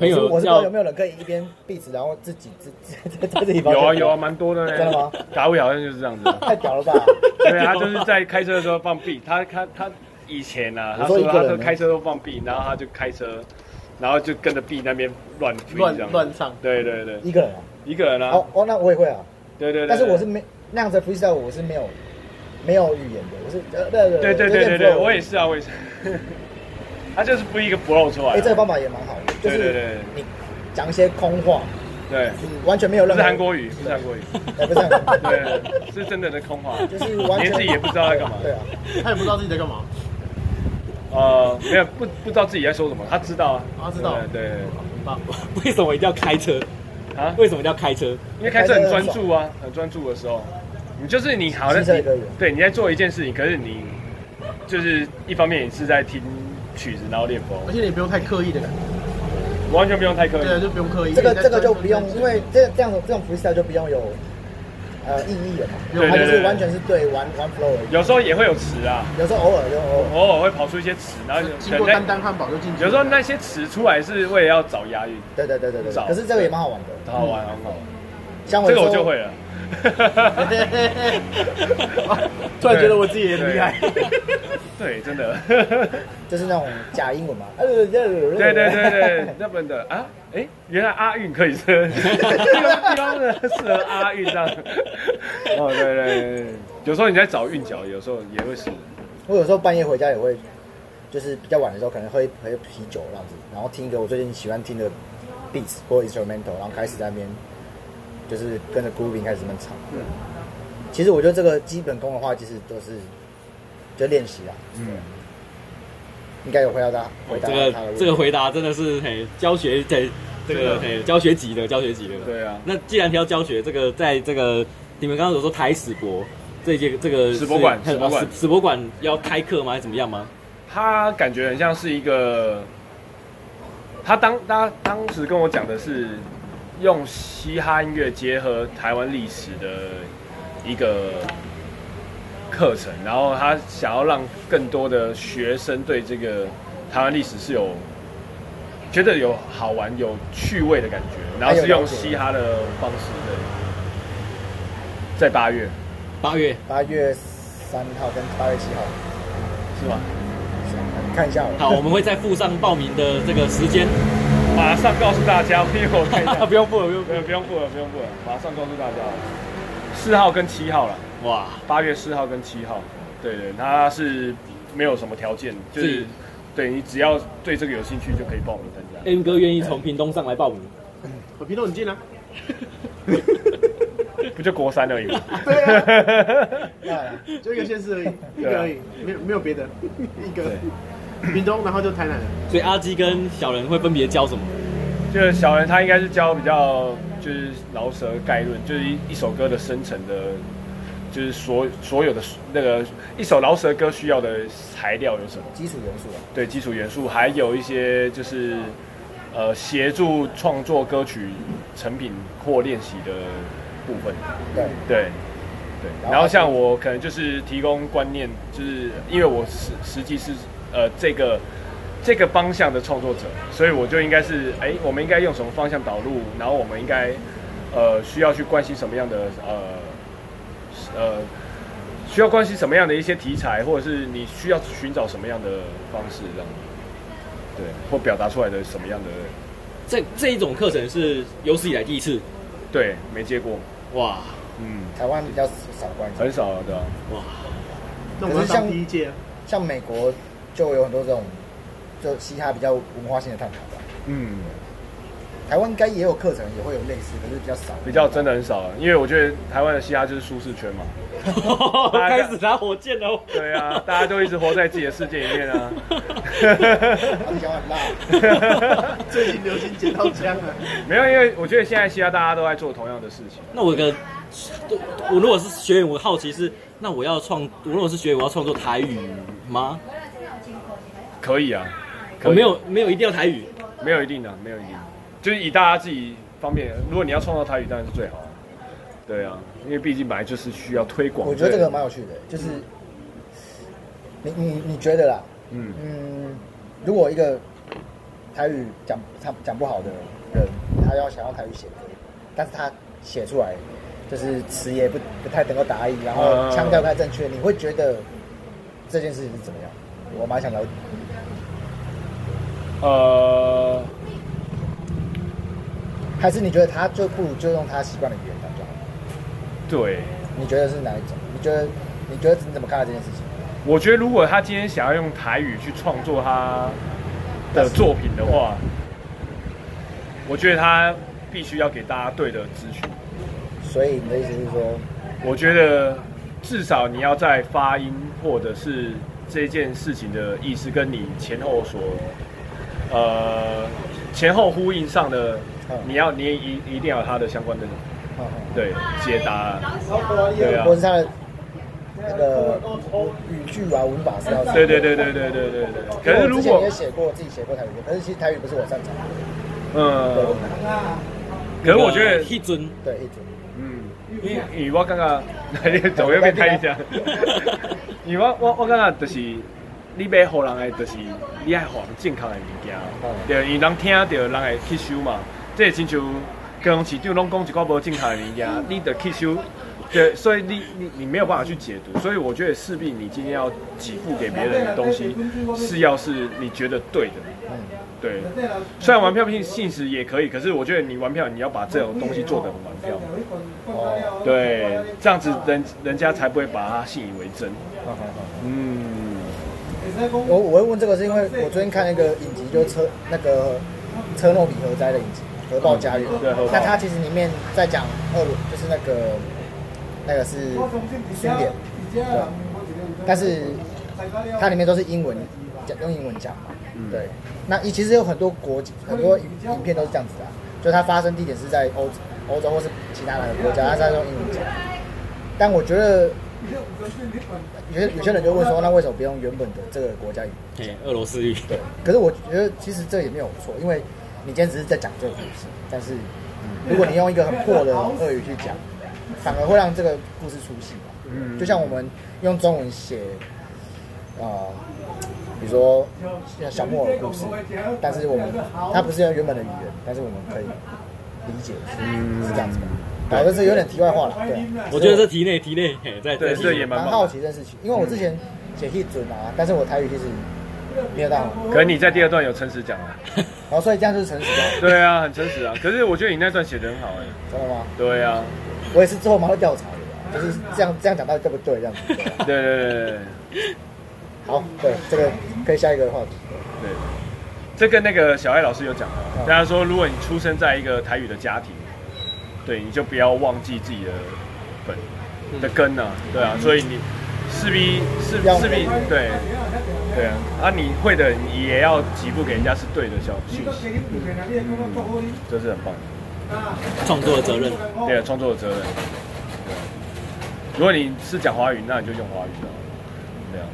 Speaker 2: 可是
Speaker 1: 友
Speaker 2: 我是不知道有
Speaker 1: 要
Speaker 2: 没有人可以一边 beat，然后自己自自在自己
Speaker 3: 有啊有啊，，蛮多的呢。
Speaker 2: 真的吗？
Speaker 3: 达伟好像就是 这样子。
Speaker 2: 太屌了吧！
Speaker 3: 对，啊他就是在开车的时候放 B，他他他以前啊，
Speaker 2: 我
Speaker 3: 他
Speaker 2: 说
Speaker 3: 说
Speaker 2: 一个人
Speaker 3: 他说
Speaker 2: 呢
Speaker 3: 开车都放 B，然后他就开车，然后就跟着 B 那边乱飞
Speaker 4: 乱
Speaker 3: 这样子
Speaker 4: 乱唱
Speaker 3: 对对对，
Speaker 2: 一个人啊，
Speaker 3: 一个人啊
Speaker 2: 哦，哦，那我也会啊，
Speaker 3: 对对对。
Speaker 2: 但是
Speaker 3: 对
Speaker 2: 我是没那样子的 freestyle，我是没有没有语言的，我是呃对
Speaker 3: 对对对对对，我也。是啊，我也是。 他就是不一个不露出来啊。
Speaker 2: 哎，这个方法也蛮好的，就
Speaker 3: 对对
Speaker 2: 是
Speaker 3: 对
Speaker 2: 你讲一些空话，
Speaker 3: 对，
Speaker 2: 你完全没有
Speaker 3: 不
Speaker 2: 任
Speaker 3: 是
Speaker 2: 何
Speaker 3: 韩国语，不是韩国 语，
Speaker 2: 哎，不是韩国语，
Speaker 3: 对，对是真的的空话。
Speaker 2: 就是完全
Speaker 3: 连自己也不知道在干嘛
Speaker 2: 对啊，
Speaker 4: 他也不知道自己在干嘛，
Speaker 3: 呃，没有不不知道自己在说什么，他知道啊，
Speaker 4: 他知道
Speaker 3: 对对
Speaker 4: 很棒。
Speaker 1: 为什么一定要开车？
Speaker 3: 对啊，
Speaker 1: 为什么一定要开车？
Speaker 3: 因为开车很专注啊，很专注的时候，你就是你好像
Speaker 2: 汽车
Speaker 3: 你
Speaker 2: 也可以
Speaker 3: 对你在做一件事情，可是你就是一方面你是在听曲子，然后练风，
Speaker 4: 而且你也不用太刻意的感觉，
Speaker 3: 完全不用太刻意。
Speaker 4: 对，就不用刻意。
Speaker 2: 这个
Speaker 4: 你在
Speaker 2: 这个就不用，
Speaker 4: 专
Speaker 2: 因为这这样的这种 freestyle 就不用有呃意义了嘛，
Speaker 4: 对
Speaker 2: 它就
Speaker 3: 对
Speaker 2: 是
Speaker 3: 对
Speaker 2: 完全是对玩玩 flow 而已，
Speaker 3: 有时候也会有词啊，
Speaker 2: 有时候偶尔就偶尔，
Speaker 3: 偶尔会跑出一些词，然后
Speaker 4: 就
Speaker 3: 就
Speaker 4: 经过
Speaker 3: 可能在
Speaker 4: 丹丹汉堡就进去了。
Speaker 3: 有时候那些词出来是为了要找押韵，
Speaker 2: 对对对对对
Speaker 3: 找
Speaker 2: 对，可是这个也蛮好玩的，
Speaker 3: 很好玩，很好玩。
Speaker 1: 嗯
Speaker 2: 像
Speaker 3: 这
Speaker 2: 有
Speaker 3: 个
Speaker 2: 时候
Speaker 3: 我就会了。
Speaker 1: 突然觉得我自己也很厉害。
Speaker 3: 对，真的。
Speaker 2: 就是那种假英文 嘛，呃对对
Speaker 3: 对对对对，日本的啊，哎，原来阿韵可 以是，地方地方的适合阿韵这样。哦，对对对对，有时候你在找韵脚，有时候也会是。
Speaker 2: 我有时候半夜回家也会，就是比较晚的时候，可能喝一喝一啤酒这样子，然后听一个我最近喜欢听的 beats 或 instrumental，然后开始在那边就是跟着 grooving 开始在那边唱。对，其实我觉得这个基本功的话，其实都是就练习啦。嗯，应该有回答他回答
Speaker 1: 哦这
Speaker 2: 到他
Speaker 1: 个
Speaker 2: 的问
Speaker 1: 这
Speaker 2: 题。
Speaker 1: 个回答真的是嘿教学嘿这
Speaker 3: 真
Speaker 1: 个
Speaker 3: 的
Speaker 1: 嘿教学级的教学级的。
Speaker 3: 对啊
Speaker 1: 那既然提到教学，这个在这个你们刚刚有说台史博这届这个
Speaker 3: 史博馆
Speaker 1: 是
Speaker 3: 史博馆
Speaker 1: 哦史史博馆要开课吗？还是怎么样吗？
Speaker 3: 他感觉很像是一个，他当他当时跟我讲的是用嘻哈音乐结合台湾历史的一个课程，然后他想要让更多的学生对这个台湾历史是有觉得有好玩、有趣味的感觉，然后是用嘻哈的方式的，在八月
Speaker 1: 八月
Speaker 2: 八月三号跟八月七号，
Speaker 3: 是吗？
Speaker 2: 看一下哦我。
Speaker 1: 好，我们会再附上报名的这个时间，。
Speaker 3: 马上告诉大家，因为我看一下
Speaker 1: 用 付了，不用付
Speaker 3: 没有，不用付了，不用付了，马上告诉大家。四号跟七号了，
Speaker 1: 了。哇，
Speaker 3: 八月四号跟七号，对对，它是没有什么条件，就是是对你只要对这个有兴趣就可以报名参 加。
Speaker 1: 恩哥愿意从屏东上来报名。
Speaker 4: 我皮都很近啊，
Speaker 3: 不就国三而已吗？
Speaker 4: 对
Speaker 3: 啊。
Speaker 2: 当然了
Speaker 4: 就一个县市而已，一个而已，没有没有别的，一个屏东，然后就台南了。
Speaker 1: 所以阿基跟小人会分别教什么？
Speaker 3: 就是小人他应该是教比较就是饶舌概论，就是一一首歌的生成的，就是所所有的那个一首饶舌歌需要的材料有什么？
Speaker 2: 基础元素啊，
Speaker 3: 对基础元素，还有一些就是呃协助创作歌曲成品或练习的部分。
Speaker 2: 对，
Speaker 3: 对对，然后像我可能就是提供观念，就是因为我实实际是呃这个这个方向的创作者，所以我就应该是哎，我们应该用什么方向导入，然后我们应该呃需要去关心什么样的呃呃需要关心什么样的一些题材，或者是你需要寻找什么样的方式这样子，对，或表达出来的什么样的
Speaker 1: 这这一种课程是有史以来第一次，
Speaker 3: 对没接过，
Speaker 1: 哇
Speaker 3: 嗯，
Speaker 2: 台湾比较少关注，
Speaker 3: 很少啊，对啊，
Speaker 1: 哇，
Speaker 4: 那我们要当第一届啊，
Speaker 2: 像美国就有很多这种，就嘻哈比较文化性的探讨吧。
Speaker 3: 嗯，
Speaker 2: 台湾应该也有课程，也会有类似，可是比较少。
Speaker 3: 比较真的很少，因为我觉得台湾的嘻哈就是舒 适圈嘛，
Speaker 1: 开始拿火箭了，
Speaker 3: 对啊，大家都一直活在自己的世界里 面啊。
Speaker 2: 他们讲话很辣，
Speaker 4: 最近流行剪刀枪啊，
Speaker 3: 没有，因为我觉得现在嘻哈大家都在做同样的事情。
Speaker 1: 那我有个，我如果是学员，我好奇是，那我要创，我如果是学员，我要创作台语吗？
Speaker 3: 可以啊，可
Speaker 1: 我
Speaker 3: 以
Speaker 1: 没有没有一定要台语，
Speaker 3: 没有一定的、没有一定，就是以大家自己方面，如果你要创造台语，当然是最好、啊。对啊，因为毕竟本来就是需要推广。
Speaker 2: 我觉得这个蛮有趣的，就是你你你觉得啦，
Speaker 3: 嗯，
Speaker 2: 嗯，如果一个台语讲他讲不好的人，他要想要台语写歌，但是他写出来就是词也不不太能够达意，然后
Speaker 3: 嗯
Speaker 2: 腔调不太正确，你会觉得这件事情是怎么样？我蛮想了解，
Speaker 3: 呃，
Speaker 2: 还是你觉得他就不如就用他习惯的语言讲就好？
Speaker 3: 对，
Speaker 2: 你觉得是哪一种？你觉得你觉得你怎么看待这件事情？
Speaker 3: 我觉得如果他今天想要用台语去创作他的作品的话，我觉得他必须要给大家对的资讯。
Speaker 2: 所以你的意思是说，
Speaker 3: 我觉得至少你要在发音或者是这件事情的意思跟你前后所呃前后呼应上的
Speaker 2: 嗯，
Speaker 3: 你要你一一定要有它的相关的
Speaker 2: 嗯
Speaker 3: 对解答，对
Speaker 2: 嗯，
Speaker 3: 啊
Speaker 2: 或，是他的呃那个语句啊、文法是要
Speaker 3: 对对对对对对对对。可
Speaker 2: 因
Speaker 3: 是
Speaker 2: 为我
Speaker 3: 如
Speaker 2: 之前
Speaker 3: 果
Speaker 2: 也写过自己写过台语歌，可是其实台语不是我擅长的，
Speaker 3: 嗯，可是我觉得
Speaker 1: 一尊，
Speaker 2: 对，一直
Speaker 3: 嗯，因为因为我刚刚走右边看一下，因为我我我刚刚就是你买互人的，就是你爱互人健康的物件，对，因为人听着人会吸收嘛，这也亲像高雄市长拢讲一个无健康的物件，你得吸收。对，所以你你你没有办法去解读，所以我觉得势必你今天要给付给别人的东西，是要是你觉得对的，对。虽然玩票性性质也可以，可是我觉得你玩票你要把这种东西做得很玩票。
Speaker 2: 哦，
Speaker 3: 对，这样子人人家才不会把它信以为真。
Speaker 2: 好
Speaker 3: 哦
Speaker 2: 好好
Speaker 3: 嗯，
Speaker 2: 我我会问这个是因为我最近看那个影集，就是车那个车诺比核灾的影集《核爆家园》
Speaker 3: 嗯对核爆
Speaker 2: 那它其实里面在讲俄罗，就是那个那个是苏联，对，但是它里面都是英文讲，用英文讲嘛，
Speaker 3: 嗯
Speaker 2: 对。那其实有很多国际很多影影片都是这样子的、啊，就它发生地点是在欧欧洲或是其他哪个国家，它是在用英文讲。但我觉得有些有些人就问说，那为什么不用原本的这个国家语？
Speaker 1: 嘿，俄罗斯语，
Speaker 2: 可是我觉得其实这也没有错，因为你今天只是在讲这个故事，但是如果你用一个很破的俄语去讲，反而会让这个故事出戏嘛。
Speaker 3: 嗯
Speaker 2: 就像我们用中文写，呃，比如说像呃小木偶的故事，但是我们它不是用原本的语言，但是我们可以理解，是这样子吧？好，这是有点题外话了，对。
Speaker 1: 我觉得这题内题内，嘿，在在
Speaker 3: 对，这也蛮
Speaker 2: 蛮
Speaker 3: 棒
Speaker 2: 好
Speaker 3: 的。
Speaker 2: 奇这件事情，因为我之前写 hit 准啊，但是我台语其实没有到很好，
Speaker 3: 可你在第二段有诚实讲啊，
Speaker 2: 然后所以这样就是诚实的，
Speaker 3: 对啊，很诚实啊。可是我觉得你那段写的很好哎、
Speaker 2: 真的吗？
Speaker 3: 对啊，
Speaker 2: 我也是之后蛮会调查的，啊就是这样这样讲到底对不对这 样子。
Speaker 3: 对对对对对
Speaker 2: 好，对这个可以下一个话题。
Speaker 3: 对，这跟那个小艾老师有讲啊，大家说如果你出生在一个台语的家庭，对，你就不要忘记自己的本的根啊，对啊，所以你势必势
Speaker 2: 要
Speaker 3: 势必对对啊，啊你会的你也要给付给人家是对的消讯息，嗯这是很棒的。
Speaker 1: 创作的责任，
Speaker 2: 哦
Speaker 3: 对，创作的责任。对，如果你是讲华语，那你就用华语了，对啊。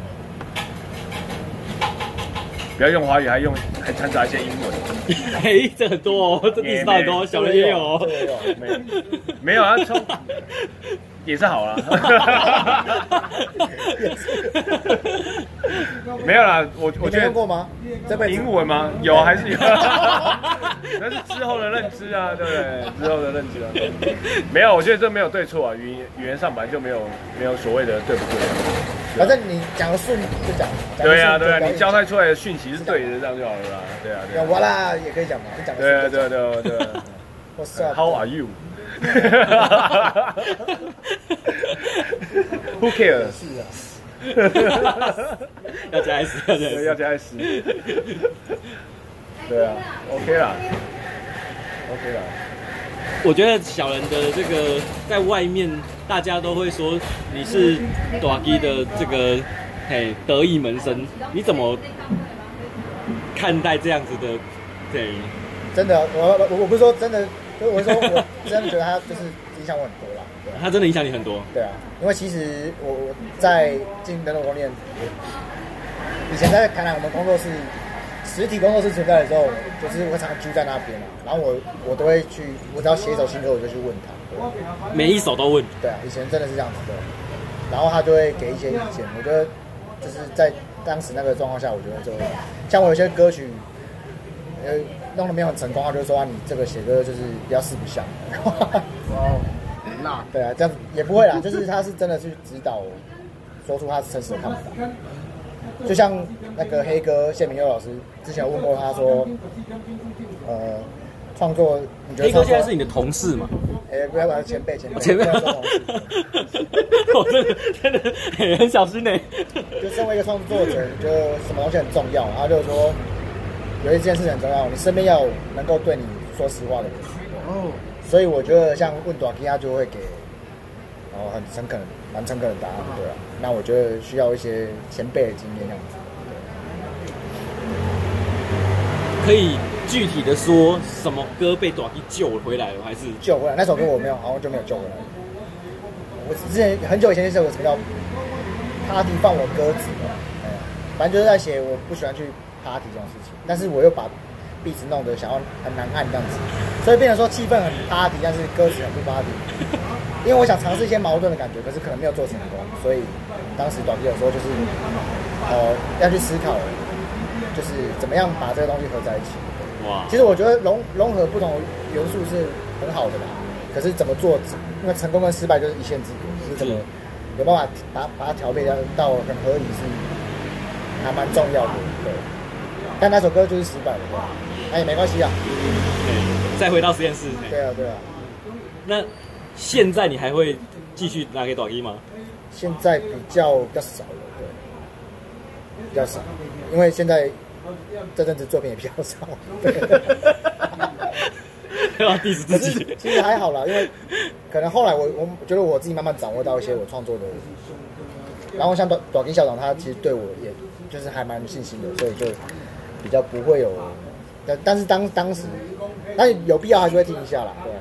Speaker 3: 不要用华语，还用还掺杂一些英文，
Speaker 1: 嘿，这很多哦，这历史上很多，小人也有哦
Speaker 2: 这，个有
Speaker 3: 没有没有 啊，冲 也是好啦。没有啦，我我
Speaker 2: 你没
Speaker 3: 觉得
Speaker 2: 用过吗？这辈子
Speaker 3: 英文吗？有还是有？ 那是之后的认知啊，对不对？之后的认知啊，没有，我觉得这没有对错啊，语言语言上本来就没有没有所谓的对不对。
Speaker 2: 反正你讲的顺就讲。讲得
Speaker 3: 对啊，
Speaker 2: 顺就
Speaker 3: 对
Speaker 2: 表
Speaker 3: 啊，
Speaker 2: 演
Speaker 3: 你交代出来的讯息是对的，这样就好了啦。对啊，对
Speaker 2: 讲
Speaker 3: 啊，
Speaker 2: 完啦也可以讲嘛，你讲的
Speaker 3: 对啊，
Speaker 2: 顺就讲
Speaker 3: 对啊，对啊，对啊。
Speaker 2: What's up?
Speaker 3: How are you? Who cares?
Speaker 2: 是啊，
Speaker 1: 要加 S，要加 S，
Speaker 3: 对要加 S。对啊，OK
Speaker 5: 哎
Speaker 3: 啦，OK 啦。
Speaker 1: 我觉得小人的这个在外面，大家都会说你是短基的这个嘿得意门生，你怎么看待这样子的？对，
Speaker 2: 真的，我我我不是说真的，就是我是说我真的觉得他就是影响我很多啦。对啊
Speaker 1: 他真的影响你很多。
Speaker 2: 对啊，因为其实我我在进人种光练，以前在台南我们工作室实体工作室存在的时候，就是我常常住在那边嘛，然后我我都会去，我只要写一首新歌，我就去问他。
Speaker 1: 每一首都问，
Speaker 2: 对啊，以前真的是这样子的，然后他就会给一些意见。我觉得就是在当时那个状况下，我觉得就像我有些歌曲，呃，弄得没有很成功，他就说、啊、你这个写歌就是比较四不像。
Speaker 4: 哦，很辣，
Speaker 2: 对啊，这样子也不会啦，就是他是真的去指导我，说出他真实的看法。就像那个黑哥谢明佑老师之前有问过他说，呃，创作你觉得
Speaker 1: 黑哥
Speaker 2: 创
Speaker 1: 现在
Speaker 2: 作
Speaker 1: 是你的同事嘛？
Speaker 2: 哎、不要把他前辈前辈
Speaker 1: 前面
Speaker 2: 不要说同事，
Speaker 1: 我真的真的嘿很小心欸呢、
Speaker 2: 就身为一个创作者，你觉得什么东西很重要？然后就是说，有一件事很重要，你身边要有能够对你说实话的人。
Speaker 4: 哦，
Speaker 2: 所以我觉得像问短 K，他就会给，然后很诚恳、蛮诚恳的答案，对啊。那我觉得需要一些前辈的经验，这样子。
Speaker 1: 可以具体的说什么歌被短基救回来了，还是
Speaker 2: 救回来那首歌我没有，好像就没有救回来。我之前很久以前那首歌叫《Party 放我鸽子》嘛，哎呀反正就是在写我不喜欢去 party 这种事情，但是我又把壁纸弄得想要很难按这样子，所以变成说气氛很 party，但是歌词很不 party。因为我想尝试一些矛盾的感觉，可是可能没有做成功，所以当时短片有时候就是呃要去思考，就是怎么样把这个东西合在一起。
Speaker 1: 哇？
Speaker 2: 其实我觉得融融合不同元素是很好的啦，可是怎么做，因为成功跟失败就是一线之隔，是怎么
Speaker 1: 是
Speaker 2: 有办法把把它调配到到很合理是还蛮重要的，对。但那首歌就是失败了，对吧那也没关系啊，
Speaker 1: 嘿再回到实验室，嘿
Speaker 2: 对啊对啊。
Speaker 1: 那现在你还会继续拿给短基吗？
Speaker 2: 现在比较比较少了，对，比较少，因为现在这阵子作品也比较少，对。
Speaker 1: 要 diss
Speaker 2: 可
Speaker 1: 自
Speaker 2: 是
Speaker 1: 己。
Speaker 2: 其实还好啦，因为可能后来我我觉得我自己慢慢掌握到一些我创作的，然后像短短笛校长他其实对我也就是还蛮有信心的，所以就比较不会有，但但是当当时，但是有必要还是会听一下啦，对，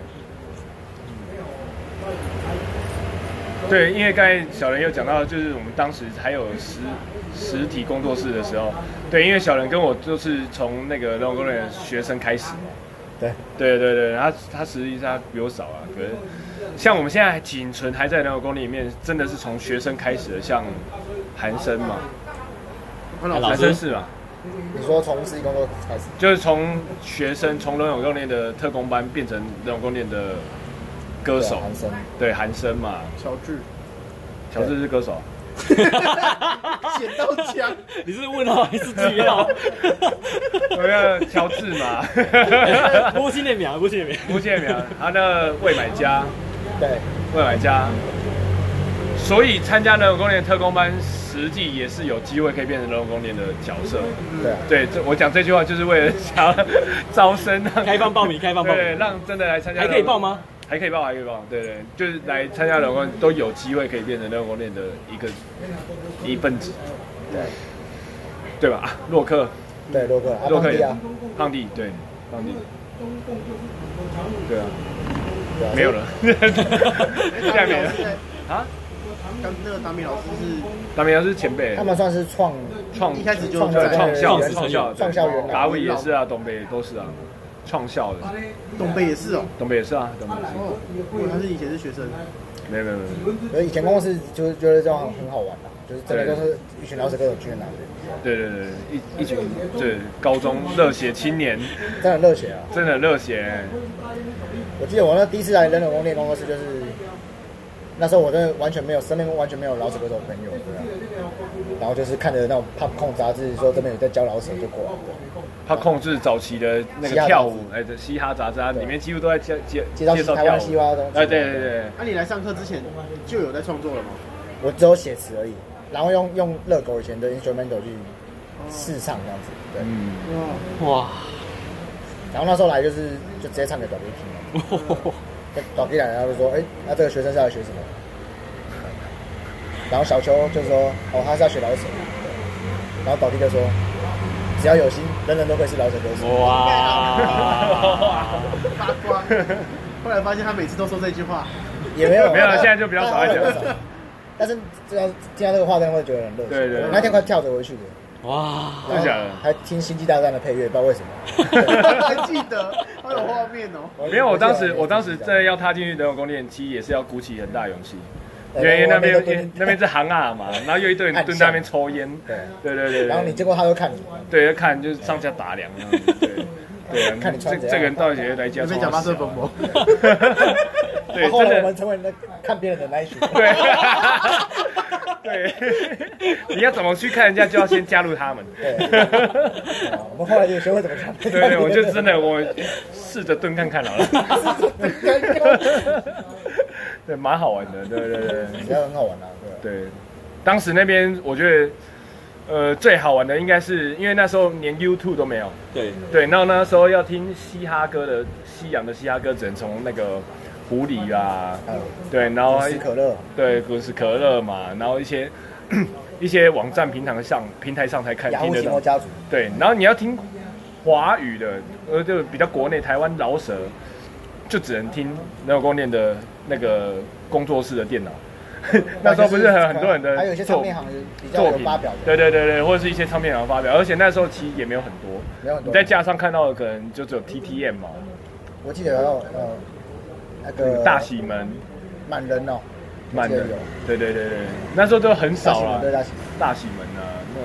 Speaker 3: 对，因为刚才小人有讲到，就是我们当时还有实实体工作室的时候，对，因为小人跟我就是从那个龙工人学生开始嘛，
Speaker 2: 对，
Speaker 3: 对对对，他他实际上比我少啊，可是像我们现在仅存还在龙工里面，真的是从学生开始的，像韩生嘛，
Speaker 4: 潘
Speaker 1: 老
Speaker 4: 老
Speaker 3: 韩
Speaker 1: 师
Speaker 4: 师，
Speaker 3: 生是嘛，
Speaker 2: 你说从实习工作开始，
Speaker 3: 就是从学生从龙永工练的特工班变成龙工练的歌
Speaker 2: 对
Speaker 3: 手
Speaker 2: 啊，，男生，
Speaker 3: 对，韩生嘛，
Speaker 4: 乔 治，
Speaker 3: 乔治是歌手，
Speaker 4: 剪刀枪，
Speaker 1: 你是问号还是句号？
Speaker 3: 我要乔治嘛。
Speaker 1: 郭庆的名，郭庆的名。
Speaker 3: 不见苗，他那未买家，
Speaker 2: 对，啊
Speaker 3: 未买家，所以参加人文公园特工班，实际也是有机会可以变成人文公园的角色。
Speaker 2: 对啊，
Speaker 3: 对，这我讲这句话就是为了想要招生，让
Speaker 1: 开放报名开放报名
Speaker 3: 对，让真的来参加
Speaker 1: 还可以报？吗？
Speaker 3: 还可以报，还可以报，对对，就是来参加人文公园都有机会可以变成人文公园的一个一份子，对对吧？啊洛克，
Speaker 2: 对，洛克，阿
Speaker 3: 洛
Speaker 2: 邦
Speaker 3: 克
Speaker 2: 迪
Speaker 3: 也
Speaker 2: 啊，，
Speaker 3: 胖弟，对，胖弟，对啊，
Speaker 2: 对啊
Speaker 3: 没有，了， 现在没了。啊，
Speaker 4: 刚那个达米老师是
Speaker 3: 达米扬是前辈
Speaker 2: 他，们算是创
Speaker 3: 创
Speaker 4: 一开始就
Speaker 2: 创
Speaker 3: 对
Speaker 4: 在
Speaker 3: 创校
Speaker 1: 创始
Speaker 3: 创
Speaker 1: 成
Speaker 3: 校
Speaker 1: 员
Speaker 2: 创校元
Speaker 3: 达
Speaker 2: 老，
Speaker 3: 伟也是啊，东北也都是啊，创校的，
Speaker 4: 东北也是哦，
Speaker 3: 东北也是啊，东北也是。
Speaker 4: 哦，他是以前是学生，
Speaker 3: 没有没有没有，没有
Speaker 2: 可是以前公司就是觉得这样很好玩啦，就是真的都是一群老师各种去的男人，
Speaker 3: 对对对，一一群对高中热血青年，
Speaker 2: 真的很热血啊！
Speaker 3: 真的很热血，
Speaker 2: 我记得我那第一次来人人工练工作室，就是那时候我真的完全没有身边完全没有老舍歌手朋友，对啊。然后就是看着那种 Pop 控杂志，说这边有在教老舍就过来了，
Speaker 3: 他控制早期的那
Speaker 2: 嘻哈
Speaker 3: 个
Speaker 2: 杂志
Speaker 3: 跳舞，哎，这嘻哈杂志啊，
Speaker 2: 对
Speaker 3: 里面几乎都在介介
Speaker 2: 介绍
Speaker 3: 介绍
Speaker 2: 台
Speaker 3: 跳
Speaker 2: 湾嘻哈
Speaker 3: 舞
Speaker 2: 的东，西
Speaker 3: 哎，对对对，
Speaker 4: 啊那、你来上课之前就有在创作了吗？
Speaker 2: 我只有写词而已，然后用用热狗以前的 instrumental 去试唱这样子，对。
Speaker 3: 嗯，
Speaker 4: 哦
Speaker 1: 哇，
Speaker 2: 然后那时候来就是就直接唱给导弟听了。老弟来了，他就说：“哎、那这个学生是要学什么？” 然后小秋就说：“哦，他是要学老舍。”然后导弟就说：“只要有心，人人都可以是老舍歌手。
Speaker 1: 哇，
Speaker 4: 八卦。后来发现他每次都说这句话，”
Speaker 2: 也没有，
Speaker 3: 没有现在就比较少一点
Speaker 2: 了。 但是知道听到这个话，真的会觉得很热血。
Speaker 3: 对对对
Speaker 2: 我那天快跳着回去 的，
Speaker 1: 哇，
Speaker 3: 真的假的
Speaker 2: 然后还听《星际大战》的配乐，不知道为什么。
Speaker 4: 还记得，好有画面哦。
Speaker 3: 没有，我当时
Speaker 2: 记得
Speaker 3: 我当时真的
Speaker 2: 哎
Speaker 3: 要踏进去人工练，其实也是要鼓起很大勇气，因
Speaker 2: 对
Speaker 3: 为那边
Speaker 2: 我那边
Speaker 3: 因为那边是行啊嘛，然后又一堆人蹲在那边抽烟，
Speaker 2: 对，
Speaker 3: 对对对 对，
Speaker 2: 然后你经过他就看你，
Speaker 3: 对，要看就是上下打量这样子，对。对啊，
Speaker 2: 看你穿
Speaker 3: 这
Speaker 2: 怎样
Speaker 3: 这个人到底来家
Speaker 4: 你被讲八色风魔，
Speaker 3: 对，
Speaker 2: 然后后
Speaker 3: 真
Speaker 2: 来我
Speaker 3: 的
Speaker 2: 们，成为那看别人的那一群。
Speaker 3: 对，对，你要怎么去看人家，就要先加入他们。
Speaker 2: 对啊我们后来就学会怎么看。
Speaker 3: 对对，我就真 的我试着蹲看看好了，对，蛮好玩的，对对对
Speaker 2: 比较很好玩啊，对啊。
Speaker 3: 对。当时那边我觉得，呃，最好玩的应该是因为那时候连 YouTube 都没有，
Speaker 1: 对，
Speaker 3: 对，然后那时候要听嘻哈歌的西洋的嘻哈歌，只能从那个狐狸啊，
Speaker 2: 还有
Speaker 3: 对，然后
Speaker 2: 百嗯事可乐，
Speaker 3: 对，滚石可乐嘛，然后一些 一些网站平台上平台上才看
Speaker 2: 雅
Speaker 3: 听
Speaker 2: 虎
Speaker 3: 得
Speaker 2: 奇摩
Speaker 3: 到。
Speaker 2: 家族，
Speaker 3: 对，然后你要听华语的，呃，就比较国内台湾饶舌，就只能听那个光电的那个工作室的电脑。 那时候不是很很多人的
Speaker 2: 还有一些唱
Speaker 3: 作
Speaker 2: 片行业比较
Speaker 3: 作
Speaker 2: 有
Speaker 3: 品
Speaker 2: 发表的，
Speaker 3: 对对对对，或者是一些唱片行发表，而且那时候其实也没有很多，
Speaker 2: 没有很
Speaker 3: 你
Speaker 2: 多。
Speaker 3: 在架上看到的可能就只有 TTM 嘛，
Speaker 2: 我记得还有呃那个
Speaker 3: 大喜门
Speaker 2: 满人哦，
Speaker 3: 满
Speaker 2: 我
Speaker 3: 的
Speaker 2: 记得有，
Speaker 3: 对对对对，那时候就很
Speaker 2: 大
Speaker 3: 少
Speaker 2: 喜
Speaker 3: 了
Speaker 4: 啊
Speaker 2: 门，对大喜
Speaker 3: 大喜门啊，
Speaker 2: 门，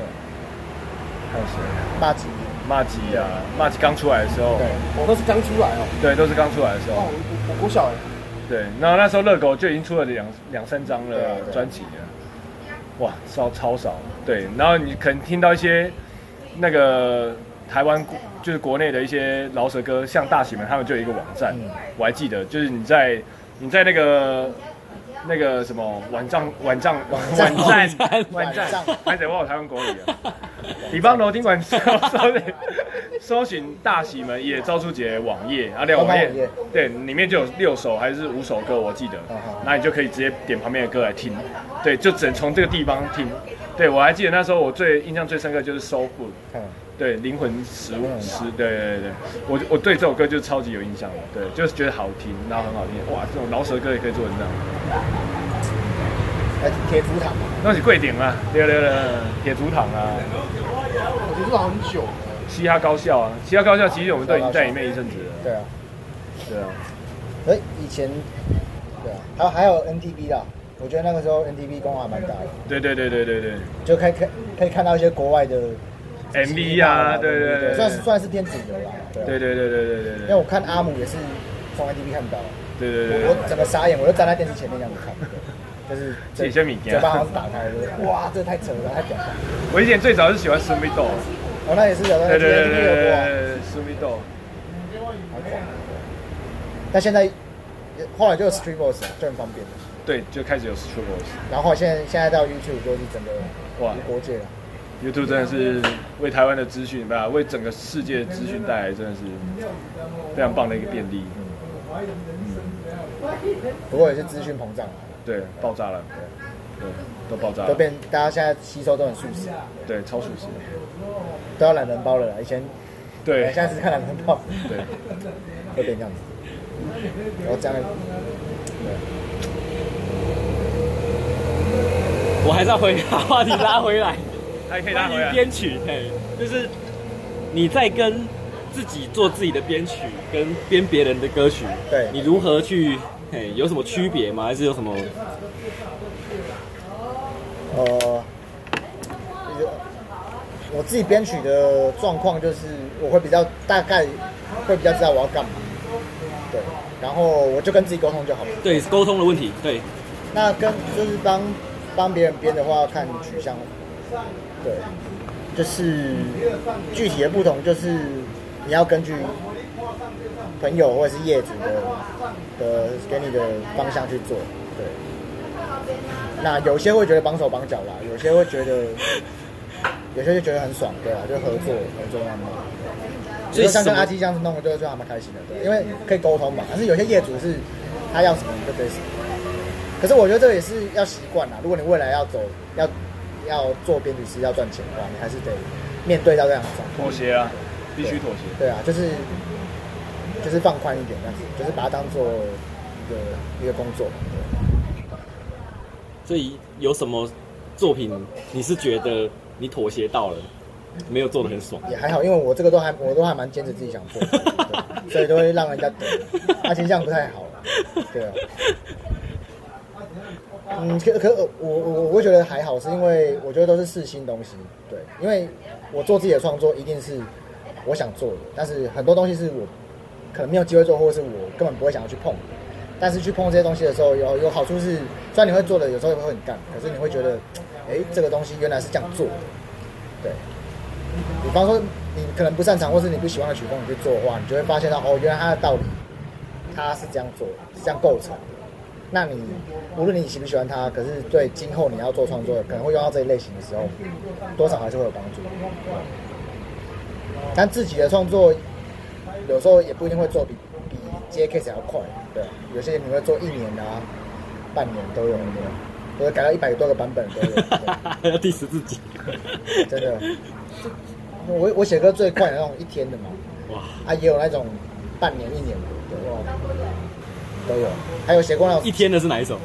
Speaker 3: 还有谁？
Speaker 2: 大吉，
Speaker 3: 骂鸡啊，骂鸡刚出来的时候
Speaker 2: 对，，
Speaker 4: 我哦都是刚出来哦。
Speaker 3: 对，都是刚出来的时候
Speaker 4: 哦，，我我我小哎，
Speaker 3: 对。然后那时候热狗就已经出了两两三张
Speaker 2: 对啊
Speaker 3: 了
Speaker 2: 对
Speaker 3: 专辑了，哇，超超少。对，然后你可能听到一些那个台湾就是国内的一些饶舌歌，像大喜门他们就有一个网站
Speaker 2: 嗯，
Speaker 3: 我还记得，就是你在你在那个。那个什么晚上晚上晚
Speaker 2: 站
Speaker 3: 站
Speaker 2: 晚站
Speaker 3: 还得忘我台湾国语啊！你帮楼丁馆搜搜搜寻大喜门野赵树杰网页啊，两个网
Speaker 2: 官方网
Speaker 3: 页啊
Speaker 2: 页
Speaker 3: 对，里面就有六首还是五首歌，我记得
Speaker 2: 嗯哼，
Speaker 3: 那你就可以直接点旁边的歌来听，对，就只能从这个地方听。对我还记得那时候我最印象最深刻就是 Soul Food，
Speaker 2: 嗯，
Speaker 3: 对，灵魂食物
Speaker 2: 嗯
Speaker 3: 食，对对对对，我我对这首歌就是超级有印象的，对，就是觉得好听，然后很好听，哇，这种饶舌歌也可以做成这样。
Speaker 2: 还有铁竹塔嘛，
Speaker 3: 那是贵顶啊，对对对，铁竹堂啊，
Speaker 4: 我觉得好很久。
Speaker 3: 嘻哈高校啊，嘻哈高校其实我们都已经在里面一阵子了，
Speaker 2: 对啊，
Speaker 3: 对啊，
Speaker 2: 所以以前对啊，还有还有 NTB 啦，我觉得那个时候 NTB 功劳还蛮大的，
Speaker 3: 对对对对对
Speaker 2: 就可以可以可以看到一些国外的
Speaker 3: 对，MV 啊，对对对，
Speaker 2: 算是算是偏主流啦，对啊
Speaker 3: 对对对对对对
Speaker 2: 因为
Speaker 3: 对
Speaker 2: 我看阿姆也是从 NTV 看不到，
Speaker 3: 对对对
Speaker 2: 我整个傻眼，我就站在电视前面这样子看，就是
Speaker 3: 这也像米啊家
Speaker 2: 嘴巴好像是打开的，就是哇，这太扯了，太屌了。
Speaker 3: 我以前最早是喜欢 s u m i d o
Speaker 2: 我呃那也是有在
Speaker 3: 对对
Speaker 2: NTV
Speaker 3: 对对
Speaker 2: 有过啊，
Speaker 3: 对 s u m i d o
Speaker 2: 好狂。但现在后来就有 Streambox 就很方便了，
Speaker 3: 对，就开始有 Struggles，
Speaker 2: 然后现在现在到 YouTube 就是整个
Speaker 3: 哇
Speaker 2: 无国界了，
Speaker 3: ，YouTube 真的是为台湾的资讯吧，为整个世界的资讯带来真的是非常棒的一个便利，
Speaker 2: 不过也是资讯膨胀啊，
Speaker 3: 对，爆炸了，对，都爆炸
Speaker 2: 都
Speaker 3: 了，
Speaker 2: 变大家现在吸收都很速食，
Speaker 3: 对，超属实，
Speaker 2: 都要懒人包了啦，以前
Speaker 3: 对
Speaker 2: 哎现在只看懒人包，
Speaker 3: 对。
Speaker 2: 会变这样子，然后这样
Speaker 1: 我还是要回把话题拉回来。
Speaker 3: 还可以拉
Speaker 1: 关
Speaker 3: 回
Speaker 1: 于
Speaker 3: 来。
Speaker 1: 编曲，嘿，就是你在跟自己做自己的编曲，跟编别人的歌曲，
Speaker 2: 对
Speaker 1: 你如何去嘿，有什么区别吗？还是有什么？
Speaker 2: 呃，我自己编曲的状况就是，我会比较大概会比较知道我要干嘛，对，然后我就跟自己沟通就好了。
Speaker 1: 对，沟通的问题。对，
Speaker 2: 那跟就是帮帮别人编的话，看取向，对，就是具体的不同就是你要根据朋友或者是业主的的给你的方向去做，对。那有些会觉得绑手绑脚啦，有些会觉得，有些就觉得很爽，对啊，就合作合作那么。
Speaker 1: 所
Speaker 2: 所
Speaker 1: 以
Speaker 2: 以像
Speaker 1: 什
Speaker 2: 跟
Speaker 1: 么
Speaker 2: 阿基这样子弄，就就还蛮开心的，对，因为可以沟通嘛。但是有些业主是他要什么你就给什么，可是我觉得这也是要习惯啦。如果你未来要走要要做编辑师要赚钱的话，你还是得面对到这样的状况。
Speaker 3: 妥协啊，必须妥协。
Speaker 2: 对啊，就是就是放宽一点这样子，就是把它当做一个一个工作。对
Speaker 1: 所以有什么作品你是觉得你妥协到了，没有做的很爽？
Speaker 2: 也还好，因为我这个都还我都还蛮坚持自己想做的，对所以都会让人家等。而且这样不太好，对啊。嗯，可可我我我会觉得还好，是因为我觉得都是试新东西，对，因为我做自己的创作一定是我想做的，但是很多东西是我可能没有机会做，或者是我根本不会想要去碰。但是去碰这些东西的时候，有有好处是，虽然你会做的有时候会很干，可是你会觉得，哎、这个东西原来是这样做的，对。比方说你可能不擅长或是你不喜欢的曲风，你去做的话，你就会发现到哦，原来它的道理，它是这样做，是这样构成的。那你无论你喜不喜欢它，可是对今后你要做创作，可能会用到这一类型的时候，多少还是会有帮助。但自己的创作有时候也不一定会做比比接 case 还要快，对，有些你会做一年啊、半年都有，对，或者改到一百多个版本都有。对
Speaker 1: 要 diss 自己，
Speaker 2: 真的。我我写歌最快的那种一天的嘛，
Speaker 1: 哇！
Speaker 2: 啊也有那种半年一年的，对哇都有，还有写过那种
Speaker 1: 一天的是哪一首？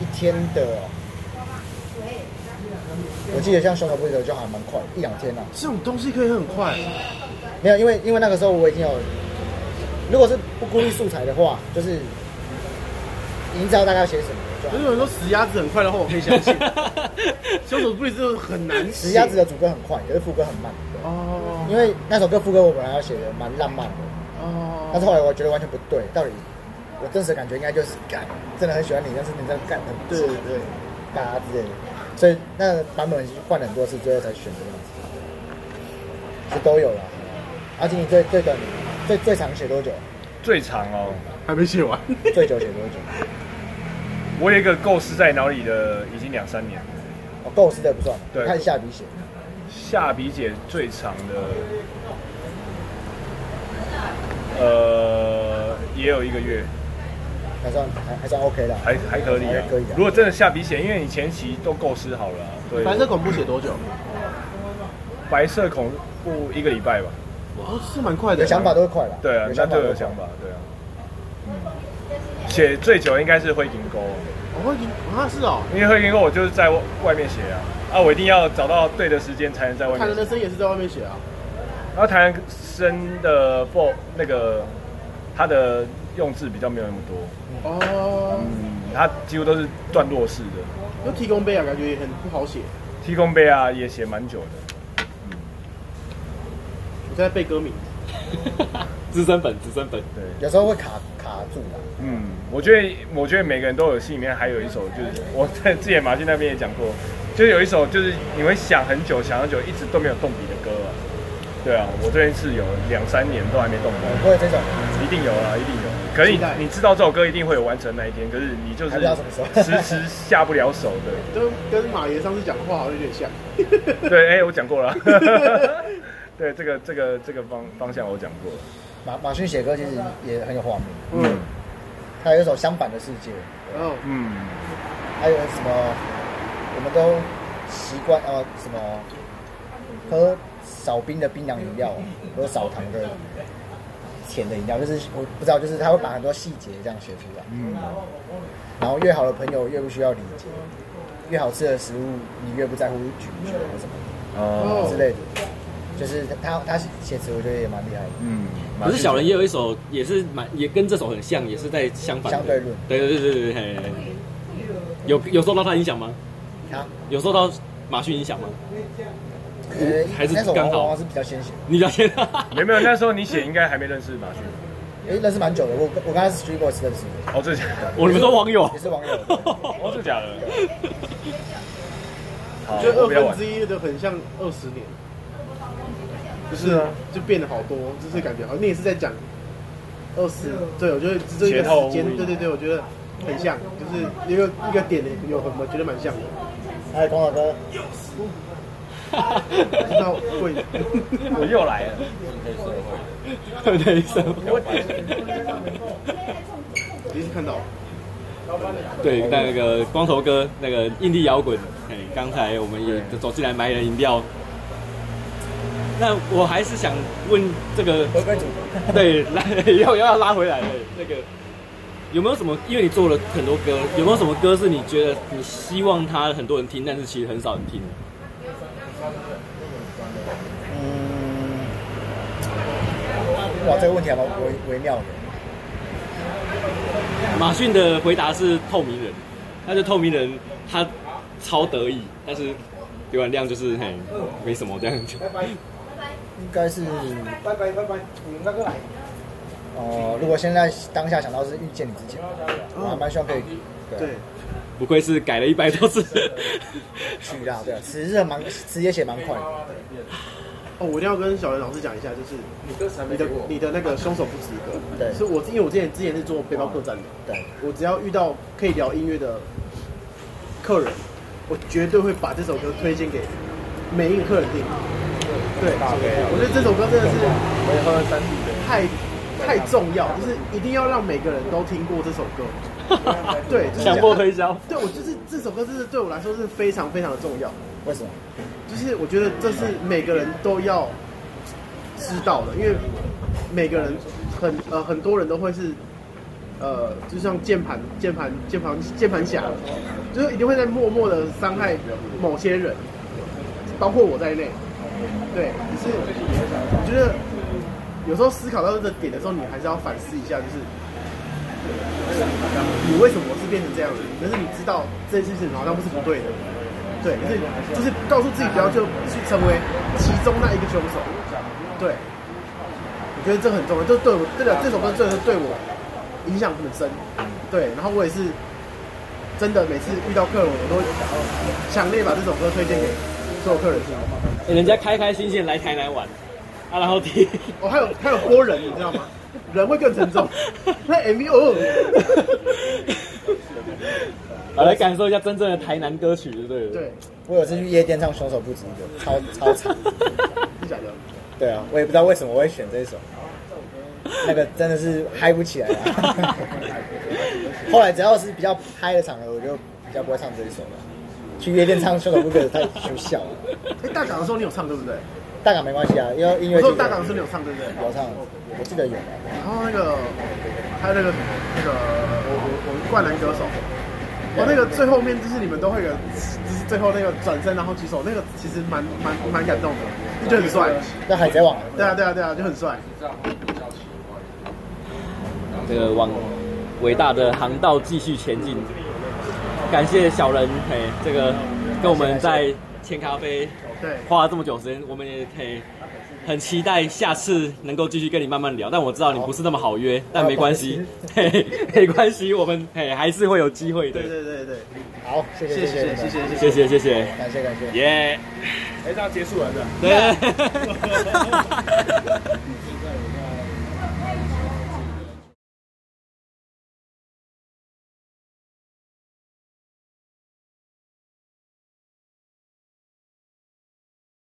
Speaker 2: 一天的、哦。我记得像胸口不折就好像蛮快，一两天啊。
Speaker 4: 这种东西可以很快，
Speaker 2: 没有，因为因为那个时候我已经有，如果是不孤立素材的话，就是已经知道大概要写什么了，就好
Speaker 4: 如果有人说死鸭子很快的话，我可以 相信。凶手不理就很难写。
Speaker 2: 石鸭子的主歌很快，可是副歌很慢。
Speaker 4: 哦，
Speaker 2: 因为那首歌副歌我本来要写的蛮浪漫的，
Speaker 4: 哦，
Speaker 2: 但是后来我觉得完全不对，到底我真实的感觉应该就是干，真的很喜欢你，但是你真的干很急
Speaker 4: 对对，
Speaker 2: 嘎之类的，所以那个版本换了很多次，最后才选这样子，是都有了。而且你最最短最最长写多久？
Speaker 3: 最长哦，
Speaker 4: 还没写完。
Speaker 2: 最久写多久？
Speaker 3: 我有一个构思在脑里的已经两三年了。
Speaker 2: 哦，构思的不算，
Speaker 3: 对
Speaker 2: 看下笔写。
Speaker 3: 下笔姐最长的，呃，也有一个月，
Speaker 2: 还算还还算 OK 啦，
Speaker 3: 还还可以啊
Speaker 2: 还可以啊。
Speaker 3: 如果真的下笔写，因为你前期都构思好了啊、对，
Speaker 4: 白色恐怖写多久？
Speaker 3: 白色恐怖一个礼拜吧，
Speaker 4: 哦，是蛮快的。
Speaker 2: 有想法都会快啦。
Speaker 3: 对啊，那就有想法，对啊。写最久应该是灰银沟，
Speaker 4: 哦，我已经啊是哦，
Speaker 3: 因为灰银沟我就是在外面写啊，啊，我一定要找到对的时间才能在外
Speaker 4: 凯
Speaker 3: 面
Speaker 4: 伦
Speaker 3: 写
Speaker 4: 的。声也是在外面写啊。
Speaker 3: 然后台湾生的 for 那个它的用字比较没有那么多，
Speaker 4: 哦，
Speaker 3: 嗯，它几乎都是段落式的。
Speaker 4: 那提供杯啊，感觉也很不好写。
Speaker 3: 提供杯啊，也写蛮久的。
Speaker 4: 我在背歌名，
Speaker 1: 资深本，资深本。
Speaker 3: 对，
Speaker 2: 有时候会卡卡住啦。
Speaker 3: 嗯，我觉得我觉得每个人都有心里面还有一首，就是我在之前麻雀那边也讲过，就是有一首就是你会想很久，想很久，一直都没有动笔的歌啊。对啊，我这边是有两三年都还没动
Speaker 2: 我会
Speaker 3: 笔，
Speaker 2: 这种，
Speaker 3: 一定有啊，一定有。可是
Speaker 4: 期待
Speaker 3: 你你知道这首歌一定会有完成那一天，可是你就
Speaker 2: 还不知道什么时
Speaker 3: 是
Speaker 2: 候
Speaker 3: 迟迟下不了手的。
Speaker 4: 跟跟马爷上次讲的话好像有点像。
Speaker 3: 对，哎、我讲过了。 对，这个这个这个方方向我讲过了。
Speaker 2: 马马逊写歌其实也很有画面，
Speaker 4: 嗯，
Speaker 2: 他有一首《相反的世界》。
Speaker 4: 然后
Speaker 3: 嗯，
Speaker 2: 还有什么我们都习惯呃什么喝少冰的冰凉饮料，喝少糖的甜的饮料，就是我不知道，就是他会把很多细节这样写出来。嗯，然后越好的朋友越不需要理解，越好吃的食物你越不在乎咀嚼或什么
Speaker 3: 哦
Speaker 4: 哦
Speaker 2: 之类的。就是他他写词，我觉得也蛮厉害的。
Speaker 5: 嗯，
Speaker 1: 可是小人也有一首，也是蛮也跟这首很像，也是在相反的
Speaker 2: 相对论
Speaker 1: 对对对对对嘿嘿嘿，有有受到他影响吗？
Speaker 2: 他
Speaker 1: 有受到马逊影响吗？
Speaker 2: 呃
Speaker 1: 还是
Speaker 2: 那首
Speaker 1: 刚
Speaker 2: 往
Speaker 1: 好
Speaker 2: 往是比较先行，
Speaker 1: 你聊天，
Speaker 3: 没有没有，那时候你写应该还没认识马逊。
Speaker 2: 哎，认识蛮久的。我我刚开始 Street Boys 认识，
Speaker 3: 哦，这假的？
Speaker 1: 我们都网友
Speaker 2: 也。是网友的。
Speaker 3: 哦， 这假的？好，
Speaker 4: 就
Speaker 3: 我
Speaker 4: 二
Speaker 3: 不要玩
Speaker 4: 分。之一的很像二十年，
Speaker 3: 不是啊，
Speaker 4: 就变得好多，就是感觉好。你也是在讲二十，对我觉得这
Speaker 3: 前后
Speaker 4: 个
Speaker 3: 无
Speaker 4: 时
Speaker 3: 一
Speaker 4: 间，对对对，我觉得很像，就是一个一个点的有很，我觉得蛮像的。
Speaker 2: 哎，光老哥，
Speaker 4: 那会，
Speaker 3: 我又来了。
Speaker 1: 对对 社会，
Speaker 4: 第一次看到，
Speaker 1: 对，那个光头哥，那个印地摇滚，哎，刚才我们也走进来买了饮料。那我还是想问这个，
Speaker 2: 回归主题。
Speaker 1: 对，来要要拉 回来了。那个有没有什么？因为你做了很多歌，有没有什么歌是你觉得你希望他很多人听，但是其实很少人听的？
Speaker 2: 嗯，哇，这个问题还蛮微微妙的。
Speaker 1: 马逊的回答是透明人，那就透明人他超得意，但是浏览量就是嘿没什么这样就。
Speaker 2: 应该是
Speaker 4: 拜拜拜拜，我们大哥来。
Speaker 2: 呃，如果现在当下想到是遇见你之前，我还蛮希望可以
Speaker 4: 对，
Speaker 1: 不愧是改了一百多次。
Speaker 2: 去啦，对啊，词是蛮词也写蛮快的，
Speaker 4: 哦，我一定要跟小袁老师讲一下，就是你的你的那个凶手不止一个，
Speaker 2: 对
Speaker 4: 是我因为我之前之前是做背包客栈的，
Speaker 2: 对，
Speaker 4: 我只要遇到可以聊音乐的客人，我绝对会把这首歌推荐给每一个客人听。对，我觉得这首歌真的是
Speaker 3: 啊我也喝了三瓶的。
Speaker 4: 太太重要，就是一定要让每个人都听过这首歌。 对，就是这
Speaker 1: 强
Speaker 4: 样
Speaker 1: 迫推销。
Speaker 4: 对我就是这首歌，真的对我来说是非常非常的重要。
Speaker 2: 为什么？
Speaker 4: 就是我觉得这是每个人都要知道的，因为每个人很呃很多人都会是呃，就像键盘键盘键盘键盘侠，就是一定会在默默的伤害某些人，包括我在内。对，可是我觉得有时候思考到这个点的时候，你还是要反思一下，就是。你为什么是变成这样子？可是你知道这件事情好像不是不对的，对，就是就是告诉自己不要就去成为其中那一个凶手。对，我觉得这很重要，就对我对了，这首歌真的是对我影响很深。对，然后我也是真的每次遇到客人，我都强烈把这首歌推荐给所有客人听。
Speaker 1: 欸人家开开心心来台南玩，啊，然后听，
Speaker 4: 哦，还有还有播人，你知道吗？人会更沉重。那 MV 哦，
Speaker 1: 好来感受一下真正的台南歌曲，对不对？
Speaker 4: 对，
Speaker 2: 我有次去夜店唱《凶手不止一个》，超超惨。
Speaker 4: 是假的。
Speaker 2: 对啊，我也不知道为什么我会选这一首，那个真的是嗨不起来 啊。后来只要是比较嗨的场合，我就比较不会唱这一首了。去夜店唱《凶手不止一个》太羞笑了。
Speaker 4: 哎，大港的时候你有唱对不对？
Speaker 2: 大港没关系啊，因为音乐
Speaker 4: 我
Speaker 2: 剧
Speaker 4: 说大港的时候你有唱对不对？
Speaker 2: 有唱，我记得有啊。
Speaker 4: 然后那个还有那个那个我我我们灌篮歌手，我那个最后面就是你们都会有，就是最后那个转身然后举手，那个其实蛮蛮蛮感动的，就觉得很帅。
Speaker 2: 那海贼王啊
Speaker 4: 对啊对啊对啊，就很帅。
Speaker 1: 这个往伟大的航道继续前进。感谢小人，嘿，这个跟我们在千咖啡
Speaker 4: 对，
Speaker 1: 花了这么久时间，我们也可以很期待下次能够继续跟你慢慢聊。但我知道你不是那么好约，但没关系，啊 嘿，没关系，我们嘿还是会有机会的
Speaker 4: 对。对对对，
Speaker 2: 好，谢谢谢
Speaker 4: 谢
Speaker 2: 谢
Speaker 4: 谢谢
Speaker 2: 谢谢，
Speaker 4: 谢谢
Speaker 1: 谢。谢谢谢，
Speaker 2: 感谢感谢。
Speaker 1: 耶、
Speaker 3: 哎，那结束了是吧？
Speaker 1: 对。